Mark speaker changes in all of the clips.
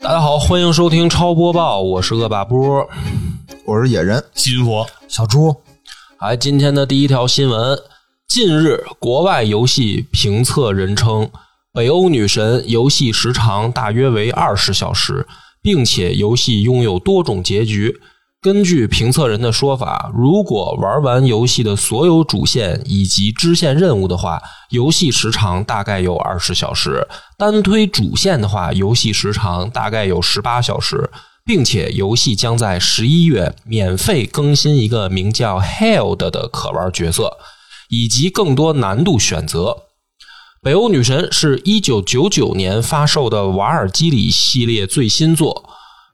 Speaker 1: 大家好，欢迎收听超播报，我是恶霸波。
Speaker 2: 我是野人，
Speaker 3: 金佛
Speaker 4: 小猪，
Speaker 1: 哎，今天的第一条新闻，近日国外游戏评测人称，北欧女神游戏时长大约为二十小时，并且游戏拥有多种结局。根据评测人的说法，如果玩完游戏的所有主线以及支线任务的话，游戏时长大概有二十小时；单推主线的话，游戏时长大概有十八小时，并且游戏将在十一月免费更新一个名叫 Held 的可玩角色，以及更多难度选择。北欧女神是一九九九年发售的瓦尔基里系列最新作。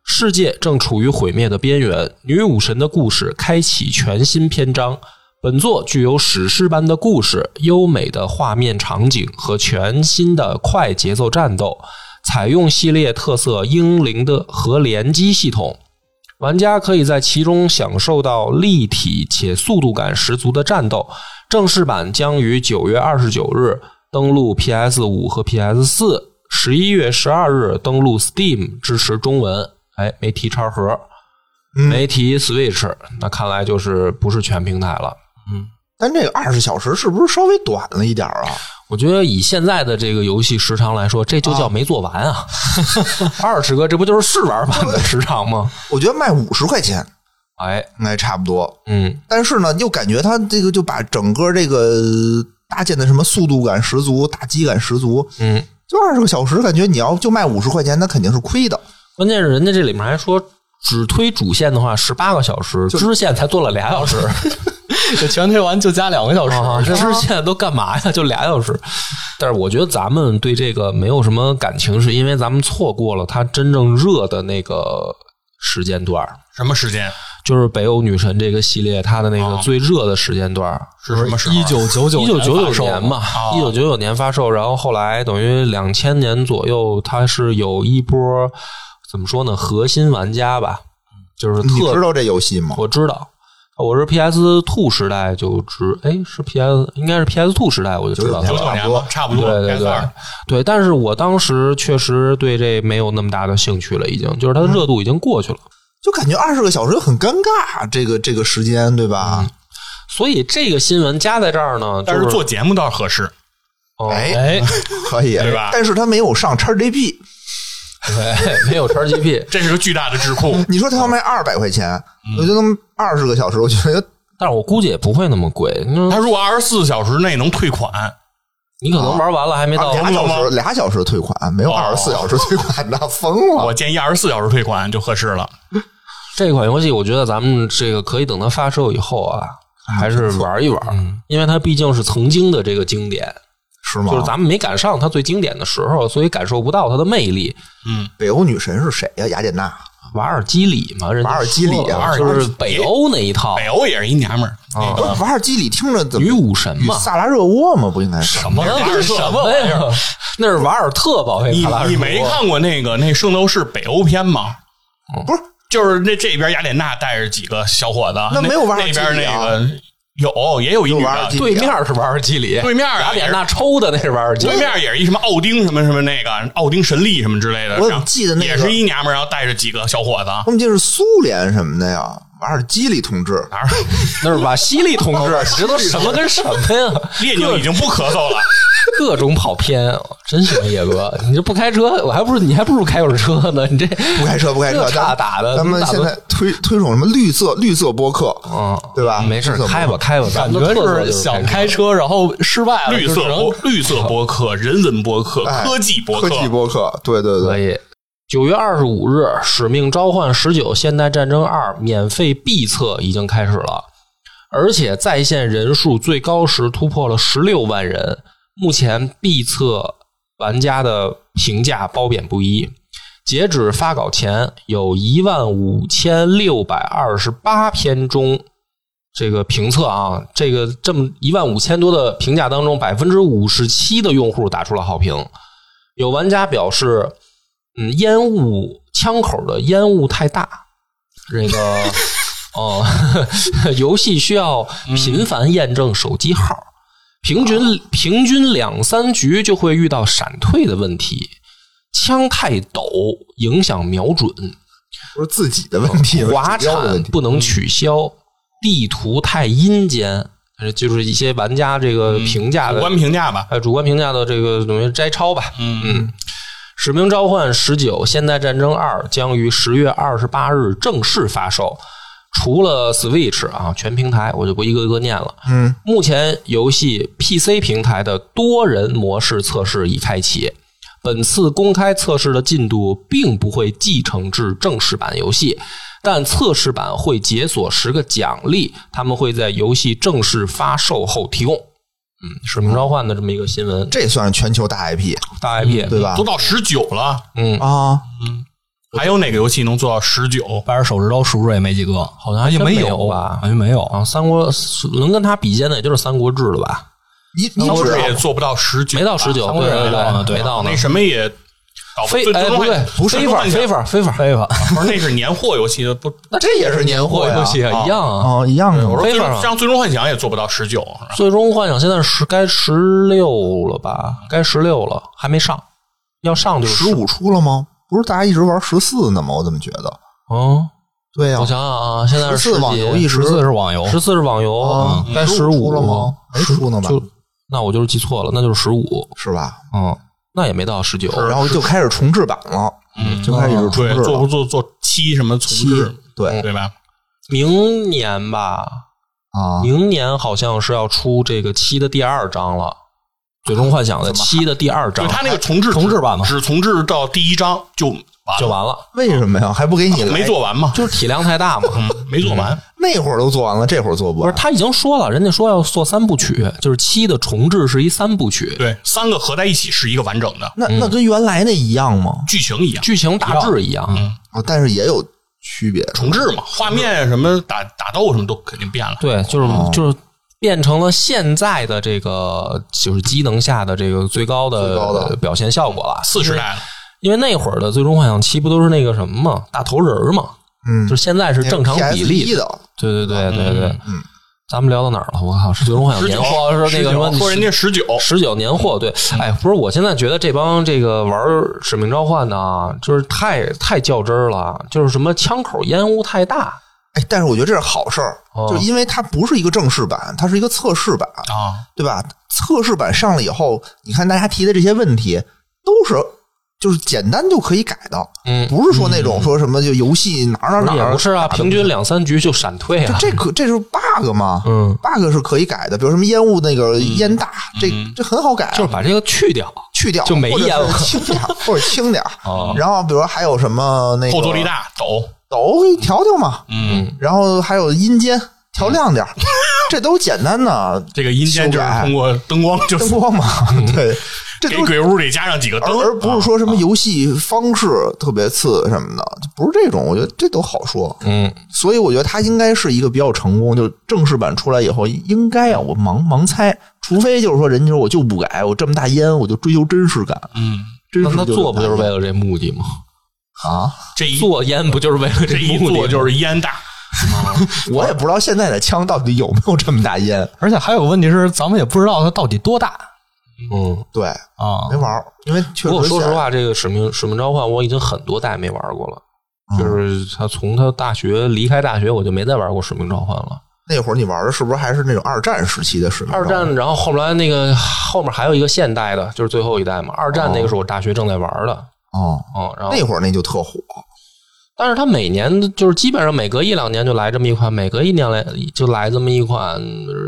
Speaker 1: 世界正处于毁灭的边缘，女武神的故事开启全新篇章。本作具有史诗般的故事、优美的画面场景和全新的快节奏战斗，采用系列特色英灵的和联机系统。玩家可以在其中享受到立体且速度感十足的战斗。正式版将于九月二十九日登陆 PS 五和 PS 四，十一月十二日登陆 Steam，支持中文。哎，没提叉盒，没提 Switch，那看来就是不是全平台了。
Speaker 2: 但这个二十小时是不是稍微短了一点儿啊？
Speaker 1: 我觉得以现在的这个游戏时长来说，这就叫没做完啊！ 二十、个，这不就是试玩版的时长吗？
Speaker 2: 我觉得卖五十块钱
Speaker 1: 哎，
Speaker 2: 那差不多，
Speaker 1: 嗯，
Speaker 2: 但是呢，又感觉它这个就把整个这个搭建的什么速度感十足、打击感十足，
Speaker 1: 嗯，
Speaker 2: 就二十个小时，感觉你要就卖五十块钱，那肯定是亏的。
Speaker 1: 关键是人家这里面还说，只推主线的话，十八个小时，支线才做了俩小时
Speaker 3: 这全推 完就加两个小时，
Speaker 1: 啊！支线都干嘛呀？就俩小时。但是我觉得咱们对这个没有什么感情，是因为咱们错过了它真正热的那个时间段儿。
Speaker 3: 什么时间？
Speaker 1: 就是北欧女神这个系列它的那个最热的时间段儿，
Speaker 3: 是什么时候？
Speaker 4: 一九九九
Speaker 1: 啊一九九九年嘛，一九九九年发售，然后后来等于两千年左右，它是有一波怎么说呢，核心玩家吧，就是
Speaker 2: 你知
Speaker 1: 特
Speaker 2: 道这游戏吗？
Speaker 1: 我知道。我是 PS Two 时代就知，哎，是 PS 应该是 PS Two 时代我就知道它
Speaker 2: 99
Speaker 3: 九
Speaker 1: 了，
Speaker 3: 九年吧，差不多。
Speaker 1: 对对
Speaker 3: PS
Speaker 1: 对
Speaker 3: 二
Speaker 1: 对，但是我当时确实对这没有那么大的兴趣了，已经就是它的热度已经过去了。
Speaker 2: 就感觉二十个小时就很尴尬，啊这个这个时间对吧？
Speaker 1: 所以这个新闻加在这儿呢，就
Speaker 3: 但是做节目倒是合适，
Speaker 1: 哦
Speaker 2: 哎
Speaker 3: 哎，
Speaker 2: 可以
Speaker 3: 对吧
Speaker 2: 但是它没有上 XGP，。
Speaker 1: 哎对，没有叉 GP，
Speaker 3: 这是个巨大的智库
Speaker 2: 你说它要卖二百块钱，我觉得二十个小时，我觉得
Speaker 1: 但是我估计也不会那么贵。你说
Speaker 3: 他如果二十四小时内能退款，
Speaker 1: 你可能玩完了还没到，
Speaker 2: 啊俩小
Speaker 3: 吗
Speaker 2: 时俩小时退款，没有二十四小时退款， 那疯了。
Speaker 3: 哦我建议二十四小时退款就合适了。
Speaker 1: 这款游戏我觉得咱们这个可以等它发售以后啊，
Speaker 2: 嗯
Speaker 1: 还是玩一玩，因为它毕竟是曾经的这个经典，
Speaker 2: 啊是吗？
Speaker 1: 就是咱们没赶上它最经典的时候，所以感受不到它的魅力。
Speaker 3: 嗯，
Speaker 2: 北欧女神是谁呀、雅典娜。
Speaker 1: 瓦尔基里嘛，人家
Speaker 2: 瓦尔基里啊
Speaker 1: 说了
Speaker 2: 瓦尔基
Speaker 1: 就
Speaker 2: 里
Speaker 1: 是北欧那一套
Speaker 3: 北欧也是一娘们儿，那
Speaker 2: 不
Speaker 3: 个
Speaker 2: 是瓦尔基里听着怎么
Speaker 1: 女武神
Speaker 2: 与
Speaker 1: 嘛。
Speaker 2: 萨拉热窝吗？不应该是
Speaker 3: 什么玩意儿？什么玩意
Speaker 1: 呀
Speaker 3: 儿？？
Speaker 1: 那是瓦尔特宝贝
Speaker 3: 你
Speaker 1: 帕拉什
Speaker 3: 你
Speaker 1: 罗
Speaker 3: 没看过那个那《圣斗士》北欧篇吗？
Speaker 2: 不是，
Speaker 3: 就是那这边雅典娜带着几个小伙子，
Speaker 2: 那没有瓦尔
Speaker 3: 那
Speaker 2: 基里啊
Speaker 3: 边那个有也有一
Speaker 2: 有
Speaker 3: 女
Speaker 2: 瓦
Speaker 3: 的
Speaker 2: 尔基，啊
Speaker 1: 对面是瓦尔基里，
Speaker 3: 对面啊
Speaker 1: 雅典娜抽的那是瓦尔基里
Speaker 3: 对，面也是一什么奥丁什么什么那个奥丁神力什么之类的，
Speaker 2: 我怎么
Speaker 3: 然后
Speaker 2: 记得那个
Speaker 3: 也是一娘们儿，然后带着几个 小伙子，
Speaker 2: 他们这是苏联什么的呀？瓦尔基里同志，
Speaker 3: 哪儿
Speaker 1: 那是瓦西里同志， 这都什么跟什么呀？
Speaker 3: 列宁已经不咳嗽了，
Speaker 1: 各种跑偏，我真喜欢野哥。你这不开车，我还不如你还不如开会儿车呢。你这
Speaker 2: 不开车不开车，
Speaker 1: 这岔打
Speaker 3: 呃
Speaker 1: 的。
Speaker 2: 咱们
Speaker 1: 打
Speaker 2: 现
Speaker 1: 算
Speaker 2: 在推推崇什么绿色绿色播客，
Speaker 1: 嗯，
Speaker 2: 对吧
Speaker 1: 没事
Speaker 2: 绿色，播
Speaker 1: 开吧开吧，咱
Speaker 4: 感
Speaker 1: 们的
Speaker 4: 觉
Speaker 1: 特色
Speaker 4: 是
Speaker 1: 就是
Speaker 4: 想
Speaker 1: 开车。
Speaker 4: 开车，然后失败了，
Speaker 3: 绿色播绿色播客、人文播客、
Speaker 2: 哎
Speaker 3: 科技播
Speaker 2: 科
Speaker 3: 客，哎
Speaker 2: 技播客，对对
Speaker 1: 可
Speaker 2: 对，
Speaker 1: 以。九月二十五日，《使命召唤十九：现代战争二》免费闭测已经开始了，而且在线人数最高时突破了十六万人。目前闭测玩家的评价褒贬不一。截止发稿前，有一万五千六百二十八篇中，这个评测啊，这个这么一万五千多的评价当中，百分之五十七的用户打出了好评。有玩家表示，嗯，烟雾枪口的烟雾太大，这 个，哦、 游戏需要频繁验证手机号，
Speaker 2: 嗯
Speaker 1: 平均平均两三局就会遇到闪退的问题。枪太陡，影响瞄准；
Speaker 2: 不是自己的问题，
Speaker 3: 哦
Speaker 1: 滑
Speaker 2: 指标的
Speaker 1: 铲
Speaker 2: 问题嗯
Speaker 1: 不能取消；地图太阴间，呃就是一些玩家这个
Speaker 2: 嗯
Speaker 1: 评价
Speaker 3: 主
Speaker 1: 的，
Speaker 3: 观评价吧，
Speaker 1: 呃，主观评价的这个等于摘抄吧。
Speaker 3: 嗯
Speaker 1: 《使命召唤十九：现代战争二》将于十月二十八日正式发售。除了 Switch 啊，全平台我就不一个一个念了。
Speaker 2: 嗯，
Speaker 1: 目前游戏 PC 平台的多人模式测试已开启。本次公开测试的进度并不会继承至正式版游戏，但测试版会解锁十个奖励，他们会在游戏正式发售后提供。嗯，《使命召唤》的这么一个新闻，
Speaker 2: 这也算是全球大 IP
Speaker 1: 大 IP
Speaker 2: 对吧
Speaker 3: 哎都？到十九了，
Speaker 1: 嗯，
Speaker 2: 啊，
Speaker 3: 还有哪个游戏能做到十九？
Speaker 4: 掰着手指头数数也没几个，好像还
Speaker 1: 真没
Speaker 4: 没
Speaker 1: 有吧
Speaker 4: 好像没有。
Speaker 1: 啊，三国能跟他比肩的也就是《三国志》了吧？
Speaker 2: 你你
Speaker 3: 三国
Speaker 2: 只
Speaker 3: 志
Speaker 2: 要
Speaker 3: 也做不到十九，
Speaker 1: 没到十九，
Speaker 4: 三国
Speaker 1: 对
Speaker 4: 志
Speaker 1: 对
Speaker 4: 没到呢
Speaker 1: 对，
Speaker 4: 对
Speaker 1: 没到呢
Speaker 3: 那。什么也搞
Speaker 1: 非
Speaker 3: 哦最
Speaker 1: 哎
Speaker 3: 最终
Speaker 1: 不对
Speaker 3: 幻，
Speaker 1: 不是
Speaker 3: 最终幻想
Speaker 1: 非法啊非法非法，
Speaker 4: 飞吧，
Speaker 3: 不是那是年货游戏， 不，
Speaker 2: 那 这也是年货呀
Speaker 1: 游戏啊一样啊。
Speaker 2: 哦，一样的
Speaker 3: 我说
Speaker 1: 非
Speaker 3: 最
Speaker 1: 法
Speaker 3: 终像最终幻想也做不到十九，
Speaker 1: 最终幻想现在是该十六了吧？该十六了，还没上，要上就是
Speaker 2: 十五出了吗？不是大家一直玩十四呢吗？我怎么觉得？
Speaker 1: 哦，
Speaker 2: 对呀
Speaker 1: 我，想想啊，现在是
Speaker 2: 14
Speaker 1: 十几
Speaker 2: 网游一
Speaker 4: 十四是网游，
Speaker 1: 十四是网游，
Speaker 2: 啊
Speaker 1: 嗯该十
Speaker 2: 15出
Speaker 1: 五
Speaker 2: 了吗？嗯没出呢吧？
Speaker 1: 就那我就是记错了，那就是十五，
Speaker 2: 是吧？
Speaker 1: 嗯，那也没到十九。
Speaker 2: 然后就开始重置版了，
Speaker 3: 嗯
Speaker 2: 就开始重
Speaker 3: 对
Speaker 2: 置，
Speaker 3: 做
Speaker 2: 了
Speaker 3: 不。做做七什么重置，
Speaker 1: 嗯
Speaker 2: 对
Speaker 3: 对吧？
Speaker 1: 明年吧，
Speaker 2: 啊，
Speaker 1: 明年好像是要出这个七的第二章了，《最终幻想》的七的第二章
Speaker 3: 对，他那个重置
Speaker 4: 重置版嘛
Speaker 3: 只重置到第一章就完
Speaker 1: 就
Speaker 3: 了，
Speaker 1: 完了，
Speaker 2: 为什么呀？还不给你来
Speaker 3: 没？做完嘛，
Speaker 1: 就是体量太大嘛。
Speaker 3: 嗯，没做完，
Speaker 2: 那会儿都做完了，这会儿做不
Speaker 1: 不是，
Speaker 2: 完。
Speaker 1: 他已经说了，人家说要做三部曲，就是七的重置是一三部曲，
Speaker 3: 对，三个合在一起是一个完整的
Speaker 2: 那
Speaker 1: 嗯
Speaker 2: 那跟原来那一样吗？
Speaker 3: 剧情一样，
Speaker 1: 剧情大致一样。
Speaker 2: 啊，但是也有区别。
Speaker 3: 重置嘛，画面什么打打斗什么都肯定变了，
Speaker 1: 对，就是、
Speaker 2: 哦
Speaker 1: 就是变成了现在的这个就是机能下的这个最高
Speaker 2: 最高
Speaker 1: 的
Speaker 2: 的
Speaker 1: 表现效果了。
Speaker 3: 四时代了，
Speaker 1: 因为那会儿的《最终幻想七》不都是那个什么嘛，大头人儿嘛，
Speaker 2: 嗯，
Speaker 1: 就是现在是正常比例
Speaker 2: PS1 E 的，
Speaker 1: 对对对对对。
Speaker 2: 嗯
Speaker 1: 咱们聊到哪儿了？我靠，是《最终幻想
Speaker 3: 十
Speaker 1: 年
Speaker 3: 九
Speaker 1: 货，说那个什么
Speaker 3: 说人家十九，
Speaker 1: 十九年货，对，哎，不是，我现在觉得这帮这个玩《使命召唤》的啊，就是太太较真儿了，就是什么枪口烟雾太大，
Speaker 2: 哎，但是我觉得这是好事儿，
Speaker 1: 哦
Speaker 2: 就因为它不是一个正式版，它是一个测试版，
Speaker 3: 啊，
Speaker 2: 对吧？测试版上了以后，你看大家提的这些问题都是。就是简单就可以改的，
Speaker 1: 嗯
Speaker 2: 不是说那种说什么就游戏哪儿哪儿哪
Speaker 1: 也
Speaker 2: 儿
Speaker 1: 不是啊，平均两三局就闪退
Speaker 2: 就
Speaker 1: 啊，
Speaker 2: 这可这是 bug 吗？
Speaker 1: 嗯，
Speaker 2: bug 是可以改的，比如什么烟雾那个烟大，这这很好改啊，
Speaker 1: 嗯就是把这个去掉，
Speaker 2: 去掉
Speaker 1: 就没烟了
Speaker 2: 或者是 轻点儿或者轻点儿。
Speaker 1: 哦
Speaker 2: 然后比如还有什么那个
Speaker 3: 后坐力大走，
Speaker 2: 都给调调嘛，
Speaker 3: 嗯，
Speaker 2: 然后还有阴间调亮点儿， 这都简单的
Speaker 3: 这个阴间就是通过灯光就
Speaker 2: 灯光嘛，
Speaker 1: 嗯
Speaker 2: 对，这
Speaker 3: 给
Speaker 2: 都
Speaker 3: 鬼屋里加上几个
Speaker 2: 而
Speaker 3: 灯，
Speaker 2: 而不
Speaker 1: 啊
Speaker 2: 是说什么游戏方式特别次什么的，不是这种，我觉得这都好说。
Speaker 1: 嗯，
Speaker 2: 所以我觉得它应该是一个比较成功，就正式版出来以后，应该啊，我盲盲猜，除非就是说人家说我就不改，我这么大烟，我就追求真实感，
Speaker 3: 嗯，
Speaker 2: 真
Speaker 1: 那
Speaker 2: 实
Speaker 1: 他
Speaker 2: 就
Speaker 1: 做不就是
Speaker 2: 大
Speaker 1: 为
Speaker 2: 烟
Speaker 1: 了这目的吗？
Speaker 2: 啊？
Speaker 3: 这一
Speaker 1: 做烟不就是为了
Speaker 3: 这一
Speaker 1: 目的
Speaker 3: 坐
Speaker 1: 吗？
Speaker 3: 就是烟大，
Speaker 2: 我也不知道现在的枪到底有没有这么大烟，
Speaker 4: 而且还有个问题是，咱们也不知道它到底多大
Speaker 1: 嗯。
Speaker 2: 对，
Speaker 4: 啊
Speaker 2: 没。玩儿，因为确
Speaker 1: 不过
Speaker 2: 实
Speaker 1: 说实话，这个《使命使命召唤》我已经很多代没玩过了。就是他从他大学离开大学，我就没再玩过《使命召唤》了。
Speaker 2: 那会儿你玩的是不是还是那种二战时期的使啊命召
Speaker 1: 二
Speaker 2: 唤？
Speaker 1: 战，然后后来那个后面还有一个现代的，就是最后一代嘛。二战那个是我大学正在玩的，
Speaker 2: 哦，
Speaker 1: 嗯，然后
Speaker 2: 那会儿那就特火，
Speaker 1: 但是它每年就是基本上每隔一两年就来这么一款，每隔一年来就来这么一款，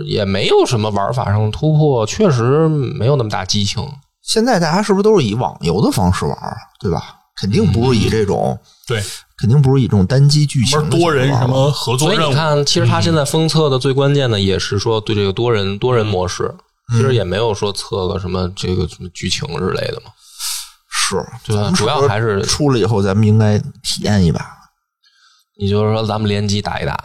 Speaker 1: 也没有什么玩法上的突破，确实没有那么大激情。
Speaker 2: 现在大家是不是都是以网游的方式玩儿，啊对吧？肯定不是以这
Speaker 1: 嗯
Speaker 2: 种，
Speaker 3: 对，
Speaker 2: 肯定不是以这种单机剧
Speaker 3: 不
Speaker 2: 情
Speaker 3: 是
Speaker 2: 的
Speaker 3: 多人
Speaker 2: 形式玩儿
Speaker 3: 什
Speaker 2: 啊
Speaker 3: 么合作
Speaker 1: 所以
Speaker 3: 任
Speaker 1: 你
Speaker 3: 务，
Speaker 1: 看，其实它现在封测的最关键
Speaker 2: 嗯
Speaker 1: 的也是说对这个多人多人模式，其实也没有说测个什么这个什么剧情之类的嘛，
Speaker 2: 是，
Speaker 1: 对
Speaker 2: 咱
Speaker 1: 吧？
Speaker 2: 们
Speaker 1: 主要
Speaker 2: 不
Speaker 1: 还是
Speaker 2: 出了以后，咱们应该体验一把。
Speaker 1: 你就是说咱们联机打一打。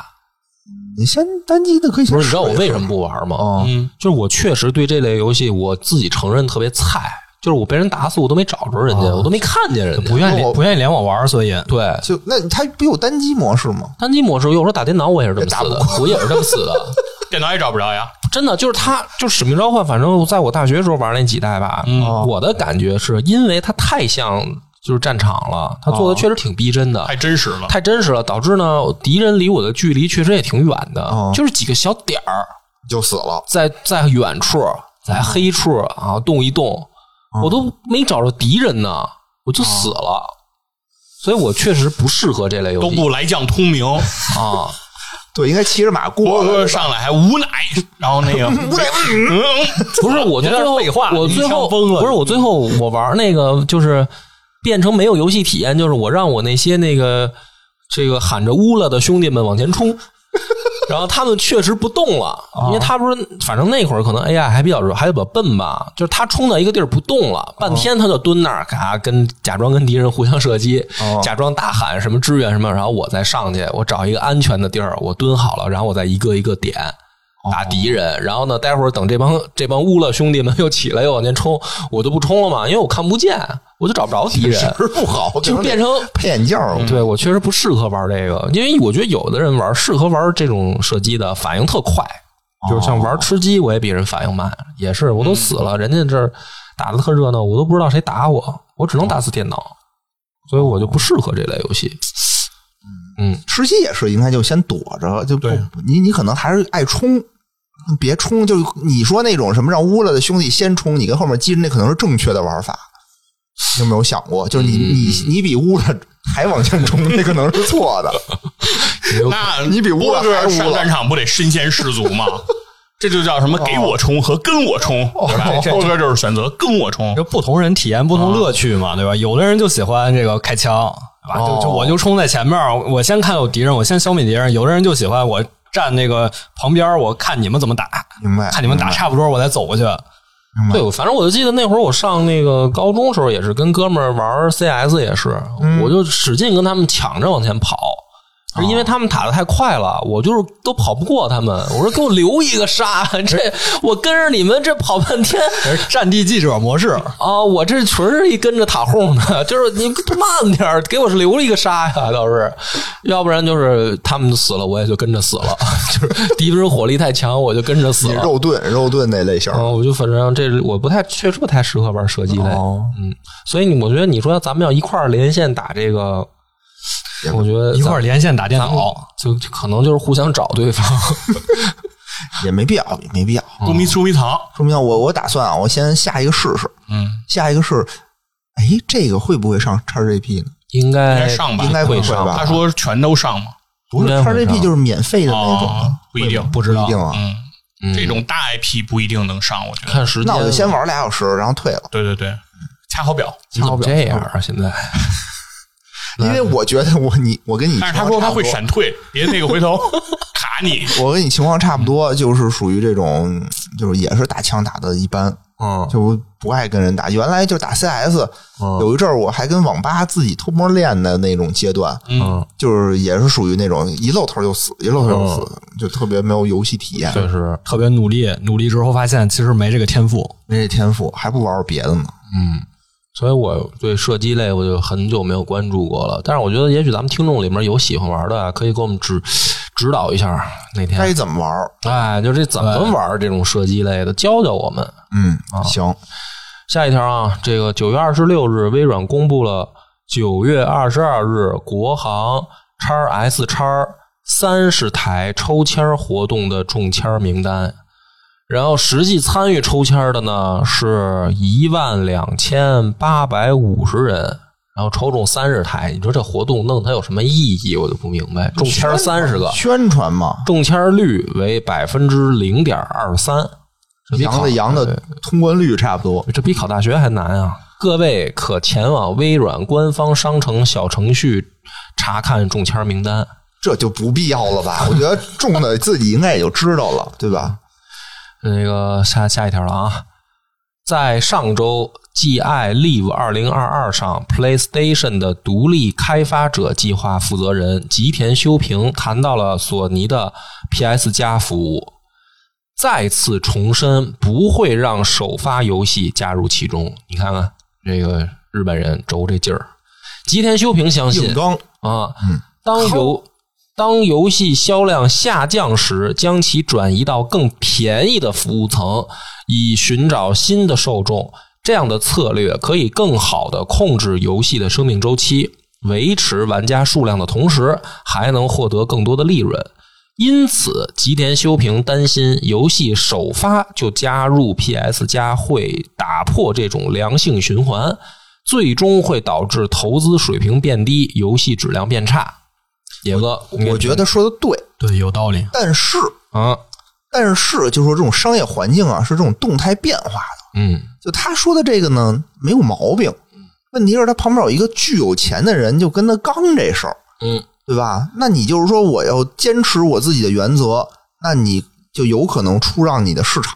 Speaker 2: 你先单机的可以先
Speaker 1: 不是，你知道
Speaker 2: 试
Speaker 1: 我
Speaker 2: 一
Speaker 1: 为
Speaker 2: 试
Speaker 1: 什么不玩吗？
Speaker 2: 哦
Speaker 3: 嗯，
Speaker 1: 就是我确实对这类游戏我自己承认特别菜，就是我被人打死我都没找着人家，我都没看见人家。
Speaker 4: 啊不愿意
Speaker 2: 我
Speaker 4: 连不愿意连我玩儿，所以
Speaker 1: 对，
Speaker 2: 就那它不有单机模式吗？
Speaker 1: 单机模式，有时候打电脑我也是这么死的，我也是这么死的，
Speaker 3: 电脑也找不着呀，
Speaker 1: 真的就是它就是使命召唤，反正在我大学时候玩那几代吧，
Speaker 3: 嗯
Speaker 1: 我的感觉是因为它太像就是战场了。他
Speaker 4: 啊
Speaker 1: 做的确实挺逼真的，
Speaker 3: 太真实了。
Speaker 1: 太真实了，导致呢敌人离我的距离确实也挺远的，
Speaker 4: 啊
Speaker 2: 哦
Speaker 1: 就是几个小点儿，
Speaker 2: 就死了。
Speaker 1: 在在远处，在黑处啊动一动，
Speaker 4: 嗯
Speaker 1: 我都没找着敌人呢，我就死了。所以我确实不适合这类游
Speaker 3: 都
Speaker 1: 戏
Speaker 3: 不来将通明，
Speaker 1: 啊，
Speaker 2: 对，应该骑着马过
Speaker 3: 波
Speaker 2: 来嗯
Speaker 3: 哥上来还无奈，然后 那个
Speaker 1: 不是我最后
Speaker 4: 有点废话
Speaker 1: 我
Speaker 4: 你
Speaker 1: 最后
Speaker 4: 枪崩了
Speaker 1: 不是我最后我玩那个就是变成没有游戏体验，就是我让我那些那个这个喊着乌了的兄弟们往前冲。然后他们确实不动了，因为他不是，反正那会儿可能 AI 还比较还比较笨吧，就是他冲到一个地儿不动了，半天他就蹲那儿，嘎跟假装跟敌人互相射击，假装大喊什么支援什么，然后我再上去，我找一个安全的地儿，我蹲好了，然后我再一个一个点，打敌人，然后呢，待会儿等这帮这帮乌勒兄弟们又 起来又往前冲，我就不冲了嘛，因为我看不见，我就找不着敌人，
Speaker 2: 人不好，
Speaker 1: 就变成嗯
Speaker 2: 配眼镜儿。
Speaker 1: 对我确实不适合玩这个，因为我觉得有的人玩适合玩这种射击的，反应特快，就是像玩吃鸡，我也比人反应慢，也是我都死了，人家这儿打的特热闹，我都不知道谁打我，我只能打死电脑，所以我就不适合这类游戏。嗯，
Speaker 2: 吃鸡也是应该就先躲着，就不你你可能还是爱冲。别冲！就你说那种什么让乌了的兄弟先冲，你跟后面击，那可能是正确的玩法。你有没有想过，就是你你你比乌了还往前冲，那可能是错的。
Speaker 3: 那
Speaker 2: 你比乌
Speaker 3: 波
Speaker 2: 拉还
Speaker 3: 哥
Speaker 2: 乌
Speaker 3: 上
Speaker 2: 拉哦
Speaker 3: 战场不得身先士卒吗？这就叫什么？给我冲和跟我冲，对吧？波哥就是选择跟我冲哦
Speaker 4: 就，不同人体验不同乐趣嘛，对吧？有的人就喜欢这个开枪，对吧？ 就就我就冲在前面，我先看有敌人，我先消灭敌人。有的人就喜欢我站那个旁边，我看你们怎么打，
Speaker 2: 明白？
Speaker 4: 看你们打差不多，我再走过去。
Speaker 1: 对，我反正我就记得那会儿我上那个高中时候也是跟哥们儿玩 CS，也是，
Speaker 2: 嗯
Speaker 1: 我就使劲跟他们抢着往前跑，
Speaker 2: 哦
Speaker 1: 是因为他们打的太快了，我就是都跑不过他们。我说给我留一个杀， 这我跟着你们这跑半天
Speaker 3: 嗯
Speaker 4: 这是战地记者模式，
Speaker 1: 啊，我这纯是一跟着塔哄的，就是你慢点儿给我留一个杀呀，倒是，要不然就是他们死了，我也就跟着死了， 就是敌人火力太强，我就跟着死
Speaker 2: 你
Speaker 1: 了。
Speaker 2: 肉盾肉盾那类型
Speaker 1: 然。后我就反正这我不太确实不太适合玩射击类，
Speaker 2: 哦，
Speaker 1: 所以你我觉得你说咱们要一块儿连线打这个，我觉得
Speaker 2: 嗯
Speaker 4: 一块儿连线打电
Speaker 1: 咱们
Speaker 4: 脑，
Speaker 1: 就就可能就是互相找对方。
Speaker 2: 也没必要，也没必要。
Speaker 4: 嗯
Speaker 3: 捉迷捉迷藏。
Speaker 2: 说明我我打算啊，我先下一个试试，
Speaker 3: 嗯，
Speaker 2: 下一个是，哎，这个会不会上 XGP 呢？
Speaker 1: 应
Speaker 3: 应该
Speaker 1: 该
Speaker 3: 上吧
Speaker 2: 哎应该
Speaker 1: 会
Speaker 2: 上
Speaker 1: 上
Speaker 2: 吧
Speaker 3: 他说全都上嘛，
Speaker 2: 不是
Speaker 1: 应该会上
Speaker 2: XGP 就是免费的那种啊
Speaker 3: 哦
Speaker 2: 吗，
Speaker 3: 不一定，
Speaker 2: 不知道一定啊。
Speaker 3: 嗯，
Speaker 1: 嗯
Speaker 3: 这种大 IP 不一定能上，我觉
Speaker 2: 嗯
Speaker 3: 得。
Speaker 1: 看时间。
Speaker 2: 那我就先玩俩小时，然后退了，
Speaker 3: 对对对，掐好表。
Speaker 1: 你怎么这样啊？现在
Speaker 2: 因为我觉得我你我跟你，
Speaker 3: 但是他说他会，闪退，别那个回头卡 你。
Speaker 2: 我跟你情况差不
Speaker 1: 嗯
Speaker 2: 多，就是属于这种，就是也是打枪打的一般，
Speaker 1: 嗯
Speaker 2: 就不爱跟人打。原来就打 CS，
Speaker 1: 嗯
Speaker 2: 有一阵儿我还跟网吧自己偷摸练的那种阶段，
Speaker 1: 嗯，
Speaker 2: 就是也是属于那种一露头就死，一露头就死，
Speaker 1: 嗯
Speaker 2: 就特别没有游戏体验，
Speaker 1: 确实，
Speaker 4: 特别努力，努力之后发现其实没这个天赋。
Speaker 2: 没这天赋，还不玩玩别的呢。
Speaker 1: 所以我对射击类我就很久没有关注过了。但是我觉得也许咱们听众里面有喜欢玩的啊，可以给我们指指导一下。那天
Speaker 2: 该怎么玩儿？
Speaker 1: 哎，就这怎么玩这种射击类的，教教我们。
Speaker 2: 嗯，
Speaker 1: 啊
Speaker 2: 行，
Speaker 1: 下一条啊，这个九月二十六日，微软公布了九月二十二日国行叉 S 叉三十台抽签儿活动的中签儿名单，然后实际参与抽签儿的呢是一万两千八百五十人，然后抽中三十台。你说这活动弄它有什么意义？我就不明白。中签三十个，
Speaker 2: 宣传嘛，
Speaker 1: 中签率为百分之零点二三，这比
Speaker 2: 羊
Speaker 1: 考
Speaker 2: 的羊的通关率差不多。
Speaker 1: 这比考大学还难啊！各位可前往微软官方商城小程序查看中签名单。
Speaker 2: 这就不必要 了吧？我觉得中的自己应该也就知道了，对吧？
Speaker 1: 那个下下一条了啊，在上周 GI Live 二零二二上，PlayStation 的独立开发者计划负责人吉田修平谈到了索尼的 PS 加服务，再次重申不会让首发游戏加入其中。你看看这个日本人轴这劲儿，吉田修平相信
Speaker 2: 硬刚，
Speaker 1: 啊，当游当游戏销量下降时，将其转移到更便宜的服务层，以寻找新的受众。这样的策略可以更好的控制游戏的生命周期，维持玩家数量的同时，还能获得更多的利润。因此，吉田修平担心游戏首发就加入 PS 加会打破这种良性循环，最终会导致投资水平变低，游戏质量变差。野哥，
Speaker 2: 我觉得说的对，
Speaker 4: 对，有道理。
Speaker 2: 但是
Speaker 1: 啊，
Speaker 2: 但是就说这种商业环境啊，是这种动态变化的。
Speaker 1: 嗯，
Speaker 2: 就他说的这个呢，没有毛病。问题是，他旁边有一个巨有钱的人，就跟他刚这事儿，
Speaker 1: 嗯，
Speaker 2: 对吧？那你就是说，我要坚持我自己的原则，那你就有可能出让你的市场，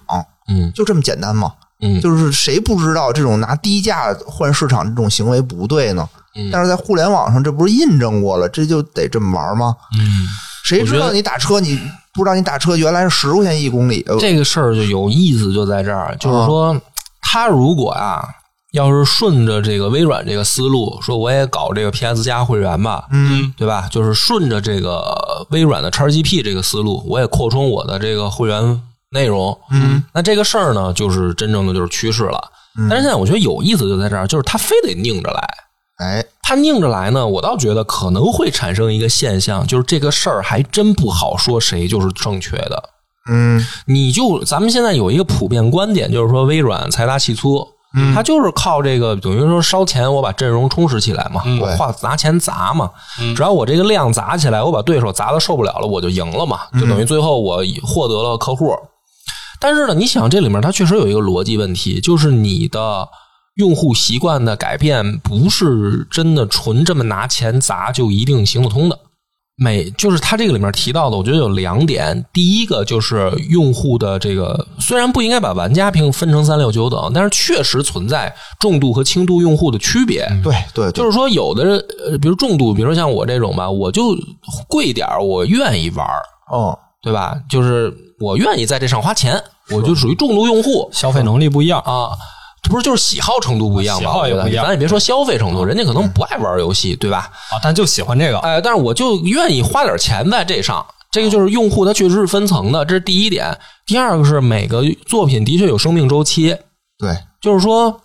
Speaker 1: 嗯
Speaker 2: 就这么简单嘛。
Speaker 1: 嗯
Speaker 2: 就是谁不知道这种拿低价换市场这种行为不对呢？
Speaker 1: 嗯
Speaker 2: 但是在互联网上，这不是印证过了，这就得这么玩吗？
Speaker 4: 嗯，
Speaker 2: 谁知
Speaker 1: 我觉
Speaker 2: 道
Speaker 1: 得
Speaker 2: 你打车，你不知道你打车原来是十块钱一公里？呃
Speaker 1: 这个事儿就有意思，就在这儿，就是
Speaker 2: 嗯
Speaker 1: 说，他如果啊，要是顺着这个微软这个思路，说我也搞这个 PS 加会员吧，
Speaker 2: 嗯，
Speaker 1: 对吧？就是顺着这个微软的 XGP 这个思路，我也扩充我的这个会员内容，
Speaker 2: 嗯，
Speaker 1: 那这个事儿呢，就是真正的就是趋势了。但是现在我觉得有意思就在这儿，就是他非得拧着来，
Speaker 2: 哎，
Speaker 1: 他拧着来呢，我倒觉得可能会产生一个现象，就是这个事儿还真不好说谁就是正确的。
Speaker 2: 嗯，
Speaker 1: 你就咱们现在有一个普遍观点，就是说微软财大气粗，嗯，它就是靠这个等于说烧钱，我把阵容充实起来嘛，我花拿钱砸嘛，只要我这个量砸起来，我把对手砸的受不了了，我就赢了嘛，就等于最后我获得了客户。但是呢，你想这里面它确实有一个逻辑问题，就是你的。用户习惯的改变不是真的纯这么拿钱砸就一定行得通的，每就是它这个里面提到的，我觉得有两点。第一个就是用户的这个，虽然不应该把玩家评分成三六九等，但是确实存在重度和轻度用户的区别。
Speaker 4: 嗯
Speaker 2: 对对，
Speaker 1: 就是是说，有的人，呃比如重度，比如说像我这种吧，我就贵点儿我愿意玩儿，
Speaker 2: 哦，
Speaker 1: 对吧？就是我愿意在这上花钱，我就属于重度用户。
Speaker 4: 消费能力不一样。
Speaker 1: 啊，这不是就是喜好程度不一样
Speaker 4: 啊喜
Speaker 1: 吧？
Speaker 4: 好也
Speaker 1: 我觉得
Speaker 4: 不一样嗯
Speaker 1: 咱也别说消费程度，人家可能不爱玩游戏，对吧？
Speaker 4: 啊，但就喜欢这个。
Speaker 1: 哎，但是我就愿意花点钱在这上。这个就是用户他确实是分层的，这是第一点。第二个是每个作品的确有生命周期，
Speaker 2: 对，
Speaker 1: 就是说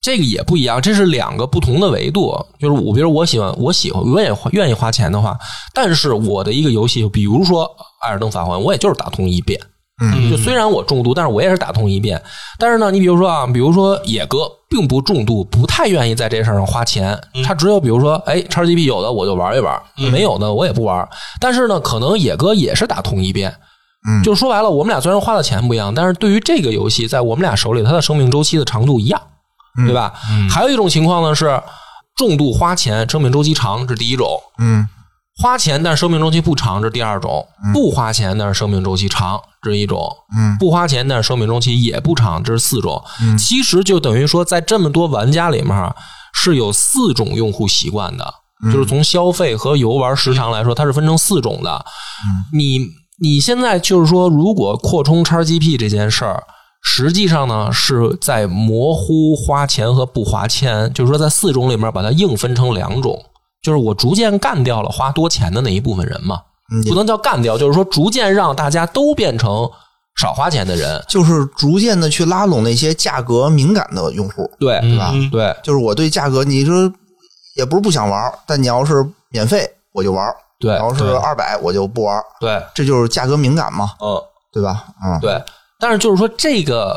Speaker 1: 这个也不一样，这是两个不同的维度。就是我，比如我喜欢，我喜欢，我也花愿意花钱的话，但是我的一个游戏，比如说《艾尔登法环》，我也就是打通一遍。
Speaker 2: 嗯，
Speaker 1: 就虽然我重度，但是我也是打通一遍。但是呢，你比如说啊，比如说野哥并不重度，不太愿意在这事儿上花钱，
Speaker 2: 嗯
Speaker 1: 他只有比如说，哎，叉 GP 有的我就玩一玩，没有的我也不玩。但是呢，可能野哥也是打通一遍。
Speaker 2: 嗯
Speaker 1: 就说白了，我们俩虽然花的钱不一样，但是对于这个游戏，在我们俩手里，它的生命周期的长度一样，
Speaker 2: 嗯
Speaker 1: 对吧？还有一种情况呢是重度花钱，生命周期长，这是第一种。
Speaker 2: 嗯
Speaker 1: 花钱但是生命周期不长，这是第二种；不花钱但是生命周期长，这是一种；
Speaker 2: 嗯
Speaker 1: 不花钱但是生命周期也不长，这是四种。
Speaker 2: 嗯
Speaker 1: 其实就等于说，在这么多玩家里面儿是有四种用户习惯的，
Speaker 2: 嗯
Speaker 1: 就是从消费和游玩时长来说，它是分成四种的。
Speaker 2: 嗯
Speaker 1: 你你现在就是说，如果扩充 XGP 这件事儿。实际上呢，是在模糊花钱和不花钱，就是说在四种里面把它硬分成两种，就是我逐渐干掉了花多钱的那一部分人嘛，
Speaker 2: 嗯
Speaker 1: 不能叫干掉，就是说逐渐让大家都变成少花钱的人。
Speaker 2: 就是逐渐的去拉拢那些价格敏感的用户，
Speaker 1: 对，
Speaker 2: 对吧？
Speaker 3: 嗯
Speaker 1: 对，
Speaker 2: 就是我对价格，你说也不是不想玩，但你要是免费我就玩，
Speaker 1: 对
Speaker 2: 你要是
Speaker 1: 对
Speaker 2: 二百我就不玩，
Speaker 1: 对，
Speaker 2: 这就是价格敏感嘛，
Speaker 1: 嗯，
Speaker 2: 对吧？嗯，
Speaker 1: 对。但是就是说，这个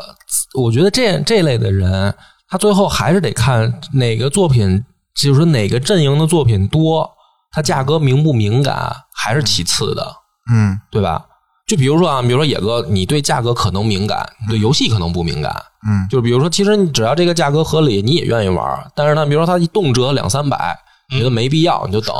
Speaker 1: 我觉得这这类的人，他最后还是得看哪个作品，就是说哪个阵营的作品多，它价格敏不敏感还是其次的，
Speaker 2: 嗯
Speaker 1: 对吧？就比如说啊，比如说野哥，你对价格可能敏感，你对游戏可能不敏感。
Speaker 2: 嗯
Speaker 1: 就比如说，其实你只要这个价格合理，你也愿意玩儿。但是呢，比如说它一动辄两三百，觉得没必要，你就等。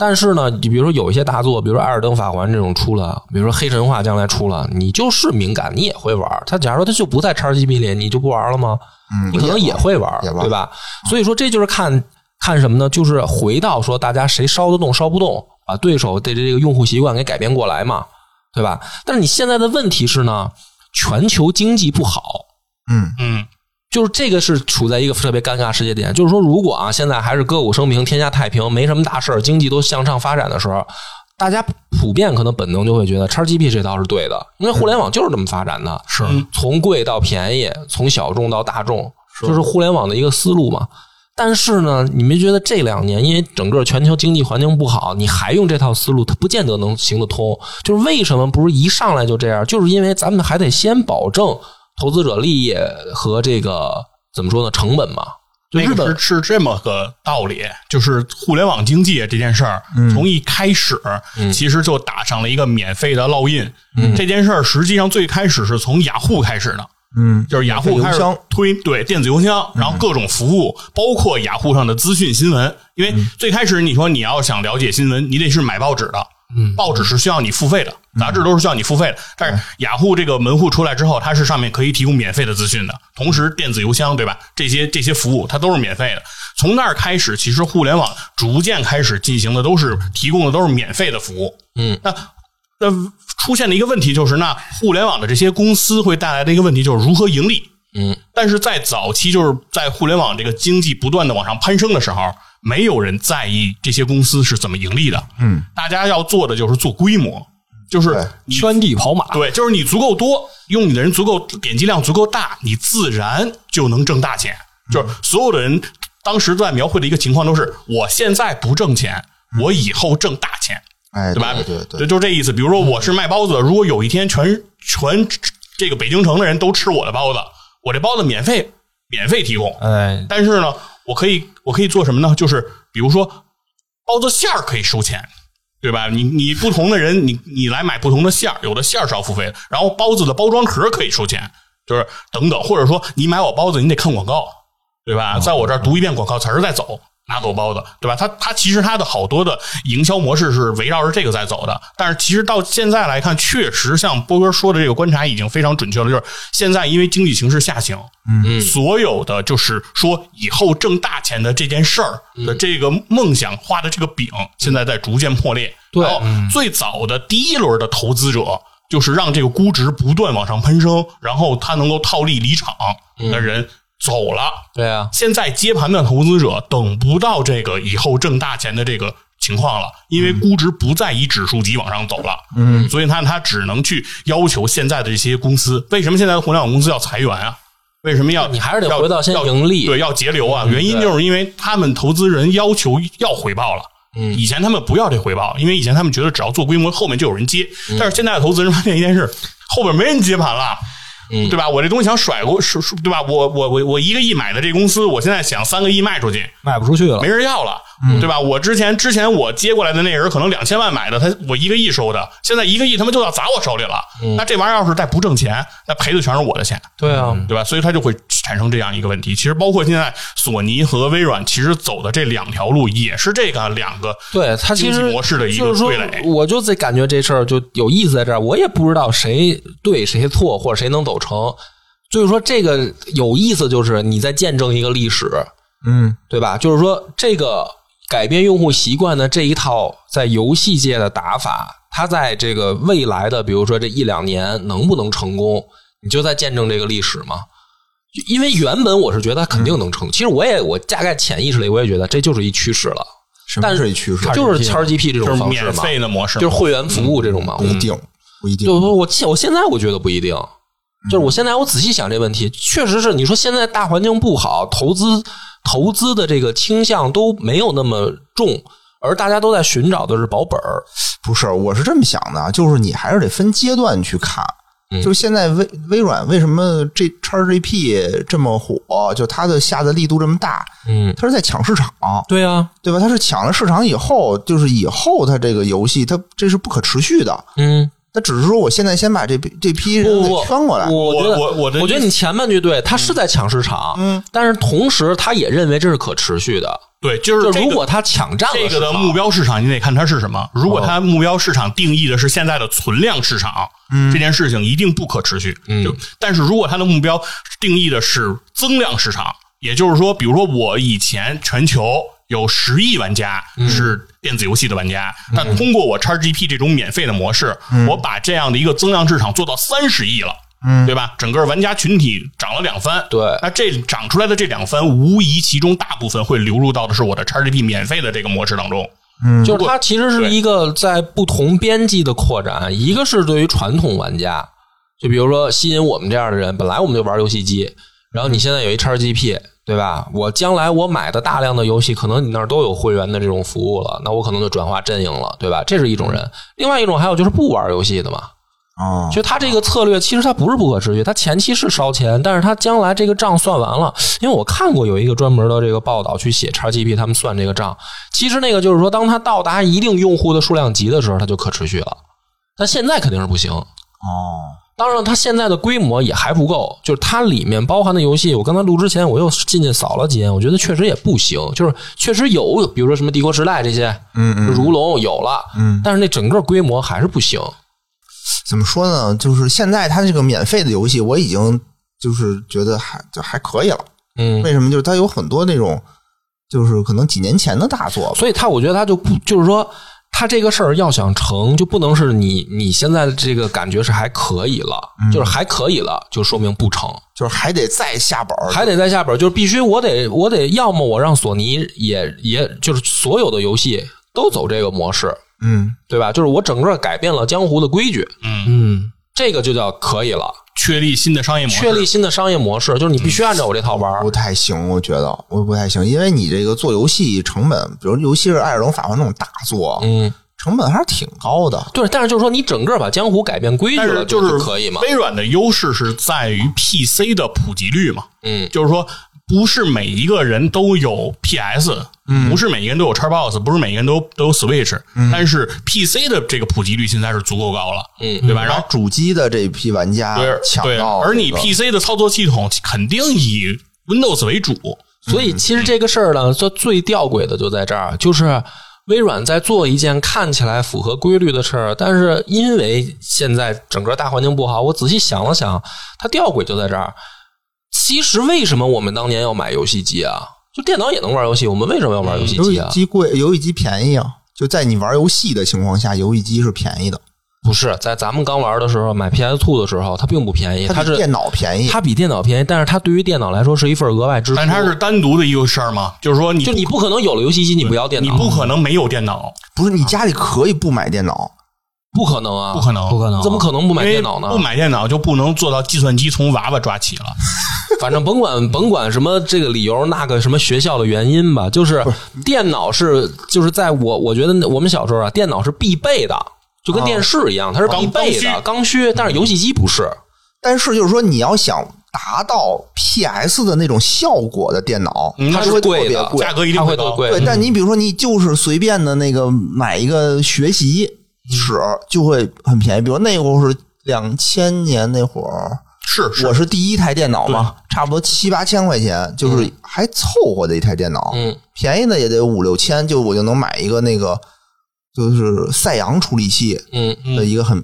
Speaker 1: 但嗯是呢，你比如说有一些大作，比如说《艾尔登法环》这种出了，比如说《黑神话》将来出了，你就是敏感，你也会玩儿。它假如说它就不在 XGP 里，你就不玩了吗？
Speaker 2: 嗯，
Speaker 1: 你可能也会玩儿嗯
Speaker 2: 也，玩
Speaker 1: 对吧？所以说这就是看看什么呢？就是回到说大家谁烧得动烧不动，把对手的这个用户习惯给改变过来嘛，对吧？但是你现在的问题是呢，全球经济不好，
Speaker 2: 嗯
Speaker 3: 嗯
Speaker 1: 就是这个是处在一个特别尴尬世界点，就是说，如果啊，现在还是歌舞升平、天下太平，没什么大事儿，经济都向上发展的时候，大家普遍可能本能就会觉得叉 GP 这套是对的，因为互联网就是这么发展的，是从贵到便宜，从小众到大众，就是互联网的一个思路嘛。但是呢，你没觉得这两年因为整个全球经济环境不好，你还用这套思路，它不见得能行得通。就是为什么不是一上来就这样？就是因为咱们还得先保证投资者利益和这个怎么说呢，成本嘛。就
Speaker 3: 那
Speaker 1: 日
Speaker 3: 个
Speaker 1: 本
Speaker 3: 是是这么个道理，就是互联网经济这件事儿，
Speaker 4: 嗯
Speaker 3: 从一开始其实就打上了一个免费的烙印。
Speaker 4: 嗯
Speaker 3: 这件事儿实际上最开始是从雅虎开始的，
Speaker 2: 嗯，
Speaker 3: 就是雅虎开
Speaker 2: 免费
Speaker 3: 始
Speaker 2: 邮箱嗯
Speaker 3: 推对电子邮箱，然后各种服务，包括雅虎上的资讯新闻。因为
Speaker 2: 嗯
Speaker 3: 最开始你说你要想了解新闻，你得是买报纸的，
Speaker 2: 嗯
Speaker 3: 报纸是需要你付费的，杂志都是需要你付费的。但是雅虎这个门户出来之后，它是上面可以提供免费的资讯的，同时电子邮箱对吧？这些这些服务它都是免费的。从那儿开始，其实互联网逐渐开始进行的都是提供的都是免费的服务。
Speaker 1: 嗯，
Speaker 3: 那那出现的一个问题就是，那互联网的这些公司会带来的一个问题就是如何盈利。
Speaker 1: 嗯，
Speaker 3: 但是在早期，就是在互联网这个经济不断的往上攀升的时候，没有人在意这些公司是怎么盈利的。
Speaker 2: 嗯，
Speaker 3: 大家要做的就是做规模，就是
Speaker 2: 对
Speaker 3: 你
Speaker 4: 圈地跑马，
Speaker 3: 对，就是你足够多，用你的人足够点击量足够大，你自然就能挣大钱。
Speaker 2: 嗯
Speaker 3: 就是所有的人当时在描绘的一个情况都是，我现在不挣钱，我以后挣大钱。
Speaker 2: 哎，
Speaker 3: 对吧？
Speaker 2: 对对
Speaker 3: 就，就这意思。比如说，我是卖包子的，如果有一天全全这个北京城的人都吃我的包子，我这包子免费免费提供。
Speaker 2: 嗯
Speaker 4: 哎，
Speaker 3: 但是呢，我可以我可以做什么呢？就是比如说，包子馅儿可以收钱，对吧？你你不同的人，你你来买不同的馅儿，有的馅儿是要付费的。然后包子的包装壳可以收钱，就是等等，或者说你买我包子，你得看广告，对吧？在我这儿读一遍广告词儿再走。拿走包子，对吧？它它其实它的好多的营销模式是围绕着这个在走的，但是其实到现在来看，确实像波哥说的这个观察已经非常准确了，就是现在因为经济形势下行，所有的就是说以后挣大钱的这件事儿的这个梦想画的这个饼，现在在逐渐破裂。
Speaker 1: 对
Speaker 3: 然后最早的第一轮的投资者就是让这个估值不断往上攀升，然后他能够套利离场的人走了。
Speaker 1: 对啊，
Speaker 3: 现在接盘的投资者等不到这个以后挣大钱的这个情况了，因为估值不再以指数级往上走了，嗯，所以他他只能去要求现在的这些公司，为什么现在的互联网公司要裁员啊？为什么要
Speaker 1: 你还是得
Speaker 3: 要
Speaker 1: 回到先
Speaker 3: 要
Speaker 1: 盈利嗯
Speaker 3: 对，要节流啊？原因就是因为他们投资人要求要回报了。
Speaker 1: 嗯
Speaker 3: 以前他们不要这回报，因为以前他们觉得只要做规模，后面就有人接。但是现在的投资人发现一件事，后边没人接盘了，
Speaker 1: 嗯
Speaker 3: 对吧？我这东西想甩过，是是对吧？我我我我一个亿买的这公司，我现在想三个亿卖出去，
Speaker 4: 卖不出去了
Speaker 3: 没，人要了，
Speaker 1: 嗯
Speaker 3: 对吧？我之前之前我接过来的那人可能两千万买的，他我一个亿收的，现在一个亿他妈就要砸我手里了。
Speaker 1: 嗯
Speaker 3: 那这玩意儿要是再不挣钱，那赔的全是我的钱。
Speaker 1: 对啊，
Speaker 4: 嗯
Speaker 3: 对吧？所以它就会产生这样一个问题。其实包括现在索尼和微软，其实走的这两条路也是这个两个
Speaker 1: 对它其
Speaker 3: 经济
Speaker 1: 实
Speaker 3: 模式的一
Speaker 1: 就
Speaker 3: 个
Speaker 1: 是说
Speaker 3: 傀儡。，
Speaker 1: 我就在感觉这事儿就有意思在这儿，我也不知道谁对谁错，或者谁能走成。就是说，这个有意思，就是你在见证一个历史，
Speaker 2: 嗯，
Speaker 1: 对吧？就是说，这个改变用户习惯的这一套在游戏界的打法，它在这个未来的，比如说这一两年能不能成功，你就在见证这个历史嘛。就因为原本我是觉得它肯定能成，其实我也我大概潜意识里我也觉得这就是一趋势了，
Speaker 2: 什么
Speaker 1: 但
Speaker 2: 是一趋势？
Speaker 1: 就是 XGP 这
Speaker 3: 就
Speaker 1: 种
Speaker 3: 是
Speaker 1: 方式
Speaker 3: 免
Speaker 1: 嘛，
Speaker 3: 费的嗯模式，
Speaker 1: 就是会员服务这种嘛。
Speaker 2: 不一定，不一定。
Speaker 1: 就不我现我现在我觉得不一定，就是我现在我仔细想这问题，确实是你说现在大环境不好，投资投资的这个倾向都没有那么重，而大家都在寻找的是保本儿。
Speaker 2: 不是，我是这么想的，啊就是你还是得分阶段去看。
Speaker 1: 嗯
Speaker 2: 就是现在微微软为什么这 XGP 这么火，就它的下的力度这么大，
Speaker 1: 嗯，
Speaker 2: 它是在抢市场，
Speaker 1: 对啊，
Speaker 2: 对吧？它是抢了市场以后，就是以后它这个游戏它这是不可持续的，
Speaker 1: 嗯，
Speaker 2: 它只是说我现在先把这批这批
Speaker 1: 不
Speaker 2: 人
Speaker 1: 不
Speaker 2: 给圈嗯过来，
Speaker 1: 不，我
Speaker 3: 我
Speaker 1: 觉得
Speaker 3: 我我的
Speaker 1: 我觉得你前半句对，他是在抢市场，
Speaker 2: 嗯，
Speaker 1: 但是同时他也认为这是可持续的，
Speaker 3: 对，就是
Speaker 1: 就
Speaker 3: 这个
Speaker 1: 如果他抢占
Speaker 3: 这
Speaker 1: 了
Speaker 3: 个
Speaker 1: 市
Speaker 3: 的
Speaker 1: 场
Speaker 3: 目标市场，你得看它是什么。如果它目标市场定义的是现在的存量市场，这件事情一定不可持续。
Speaker 1: 嗯
Speaker 3: 就但是如果它的目标定义的是增量市场，也就是说，比如说我以前全球有十亿玩家
Speaker 1: 嗯
Speaker 3: 是电子游戏的玩家，但通过我 XGP 这种免费的模式，
Speaker 1: 嗯
Speaker 3: 我把这样的一个增量市场做到三十亿了。
Speaker 2: 嗯
Speaker 3: 对吧？整个玩家群体涨了两番，
Speaker 1: 对
Speaker 3: 那这长出来的这两番，无疑其中大部分会流入到的是我的 XGP 免费的这个模式当中。
Speaker 1: 就是它其实是
Speaker 3: 对
Speaker 1: 一个在不同边际的扩展，一个是对于传统玩家，就比如说吸引我们这样的人，本来我们就玩游戏机，然后你现在有一叉 GP，对吧？我将来我买的大量的游戏，可能你那儿都有会员的这种服务了，那我可能就转化阵营了，对吧？这是一种人。另外一种还有就是不玩游戏的嘛，
Speaker 2: 啊
Speaker 1: 其实他这个策略其实他不是不可持续，他前期是烧钱，但是他将来这个账算完了，因为我看过有一个专门的这个报道去写 XGP 他们算这个账，其实那个就是说，当他到达一定用户的数量级的时候，它就可持续了，但现在肯定是不行。
Speaker 2: 哦，
Speaker 1: 当然，它现在的规模也还不够，就是它里面包含的游戏，我刚才录之前我又进去扫了几眼，我觉得确实也不行，就是确实有，比如说什么《帝国时代》这些，
Speaker 2: 嗯嗯，
Speaker 1: 如龙有了，
Speaker 2: 嗯，
Speaker 1: 但是那整个规模还是不行。
Speaker 2: 怎么说呢？就是现在它这个免费的游戏，我已经就是觉得还就还可以了。
Speaker 1: 嗯，
Speaker 2: 为什么？就是它有很多那种，就是可能几年前的大作吧。
Speaker 1: 所以他我觉得他就不就是说，他这个事儿要想成就不能是你你现在的这个感觉是还可以了，就是还可以了，就说明不成，
Speaker 2: 就是还得再下本儿，
Speaker 1: 还得在下边儿就是必须我得我得要么我让索尼也也就是所有的游戏都走这个模式，
Speaker 2: 嗯，
Speaker 1: 对吧？就是我整个改变了江湖的规矩，
Speaker 4: 嗯，
Speaker 1: 这个就叫可以了，
Speaker 3: 确立新的商业模式，嗯
Speaker 1: 确立新的商业模式，就是你必须按照我这套玩儿。
Speaker 2: 不太行，我觉得我不太行，因为你这个做游戏成本，比如尤其是《艾尔登法环》这种大作，
Speaker 1: 嗯，
Speaker 2: 成本还是挺高的。
Speaker 1: 对，但是就是说你整个把江湖改变规矩
Speaker 3: 但
Speaker 1: 了，
Speaker 3: 是就是
Speaker 1: 可以嘛？
Speaker 3: 微软的优势是在于 PC 的普及率嘛，
Speaker 1: 嗯，
Speaker 3: 就是说不是每一个人都有 PS，不
Speaker 1: 嗯
Speaker 3: 是每一个人都有 Xbox，不是每一个人都都有 Switch，但是 PC 的这个普及率现在是足够高了，
Speaker 1: 嗯
Speaker 3: 对吧？然
Speaker 2: 把
Speaker 3: 后
Speaker 2: 主机的这批玩家
Speaker 3: 对
Speaker 2: 抢
Speaker 3: 对，
Speaker 2: 到了
Speaker 3: 而你
Speaker 2: 这个
Speaker 3: PC 的操作系统肯定以 Windows 为主，
Speaker 1: 所
Speaker 3: 嗯
Speaker 1: 以其实这个事儿呢，这最吊诡的就在这儿，就是微软在做一件看起来符合规律的事儿，但是因为现在整个大环境不好，我仔细想了想，它吊诡就在这儿。其实为什么我们当年要买游戏机啊？就电脑也能玩游戏，啊
Speaker 3: 嗯
Speaker 1: 我们为什么要玩游戏
Speaker 2: 游
Speaker 1: 机
Speaker 2: 戏
Speaker 1: 啊？
Speaker 2: 机贵，游戏机便宜啊！就在你玩游戏的情况下，游戏机是便宜的，
Speaker 1: 不是在咱们刚玩的时候，买 PS Two 的时候，它并不便宜，它
Speaker 2: 它比
Speaker 1: 是
Speaker 2: 电脑便宜。
Speaker 1: 它比电脑便宜，但是它对于电脑来说是一份额外支出。
Speaker 3: 但它是单独的一个事儿嘛，就是说你
Speaker 1: 就你不可能有了游戏机你不要电
Speaker 3: 你
Speaker 1: 脑，
Speaker 3: 不可能没有电脑，
Speaker 2: 不是你家里可以不买电脑，
Speaker 1: 不可能啊，
Speaker 3: 不可能，
Speaker 4: 不可能，
Speaker 1: 怎么可能不买
Speaker 3: 因为
Speaker 1: 电脑呢？
Speaker 3: 不买电脑就不能做到计算机从娃娃抓起了。
Speaker 1: 反正甭管甭管什么这个理由，那个什么学校的原因吧，就是电脑是就是在我我觉得我们小时候啊，电脑是必备的，就跟电视一样，它是必备的
Speaker 3: 刚
Speaker 1: 刚需，但是游戏机不是。
Speaker 2: 但是就是说你要想达到 PS 的那种效果的电脑，
Speaker 3: 嗯
Speaker 2: 它
Speaker 1: 它
Speaker 2: 是
Speaker 1: 是
Speaker 2: 会特
Speaker 1: 贵
Speaker 2: 别
Speaker 1: 的
Speaker 2: 贵
Speaker 3: 价。格一定
Speaker 1: 它会
Speaker 3: 高。
Speaker 1: 更贵，
Speaker 2: 对，但你比如说你就是随便的那个买一个学习室
Speaker 1: 嗯
Speaker 2: 就会很便宜，比如那会儿是两千年那会儿，
Speaker 3: 是是
Speaker 2: 我是第一台电脑嘛，差不多七八千块钱，就是还凑合的一台电脑，
Speaker 1: 嗯，
Speaker 2: 便宜的也得五六千，就我就能买一个那个就是赛扬处理器
Speaker 1: 嗯
Speaker 2: 的一个很、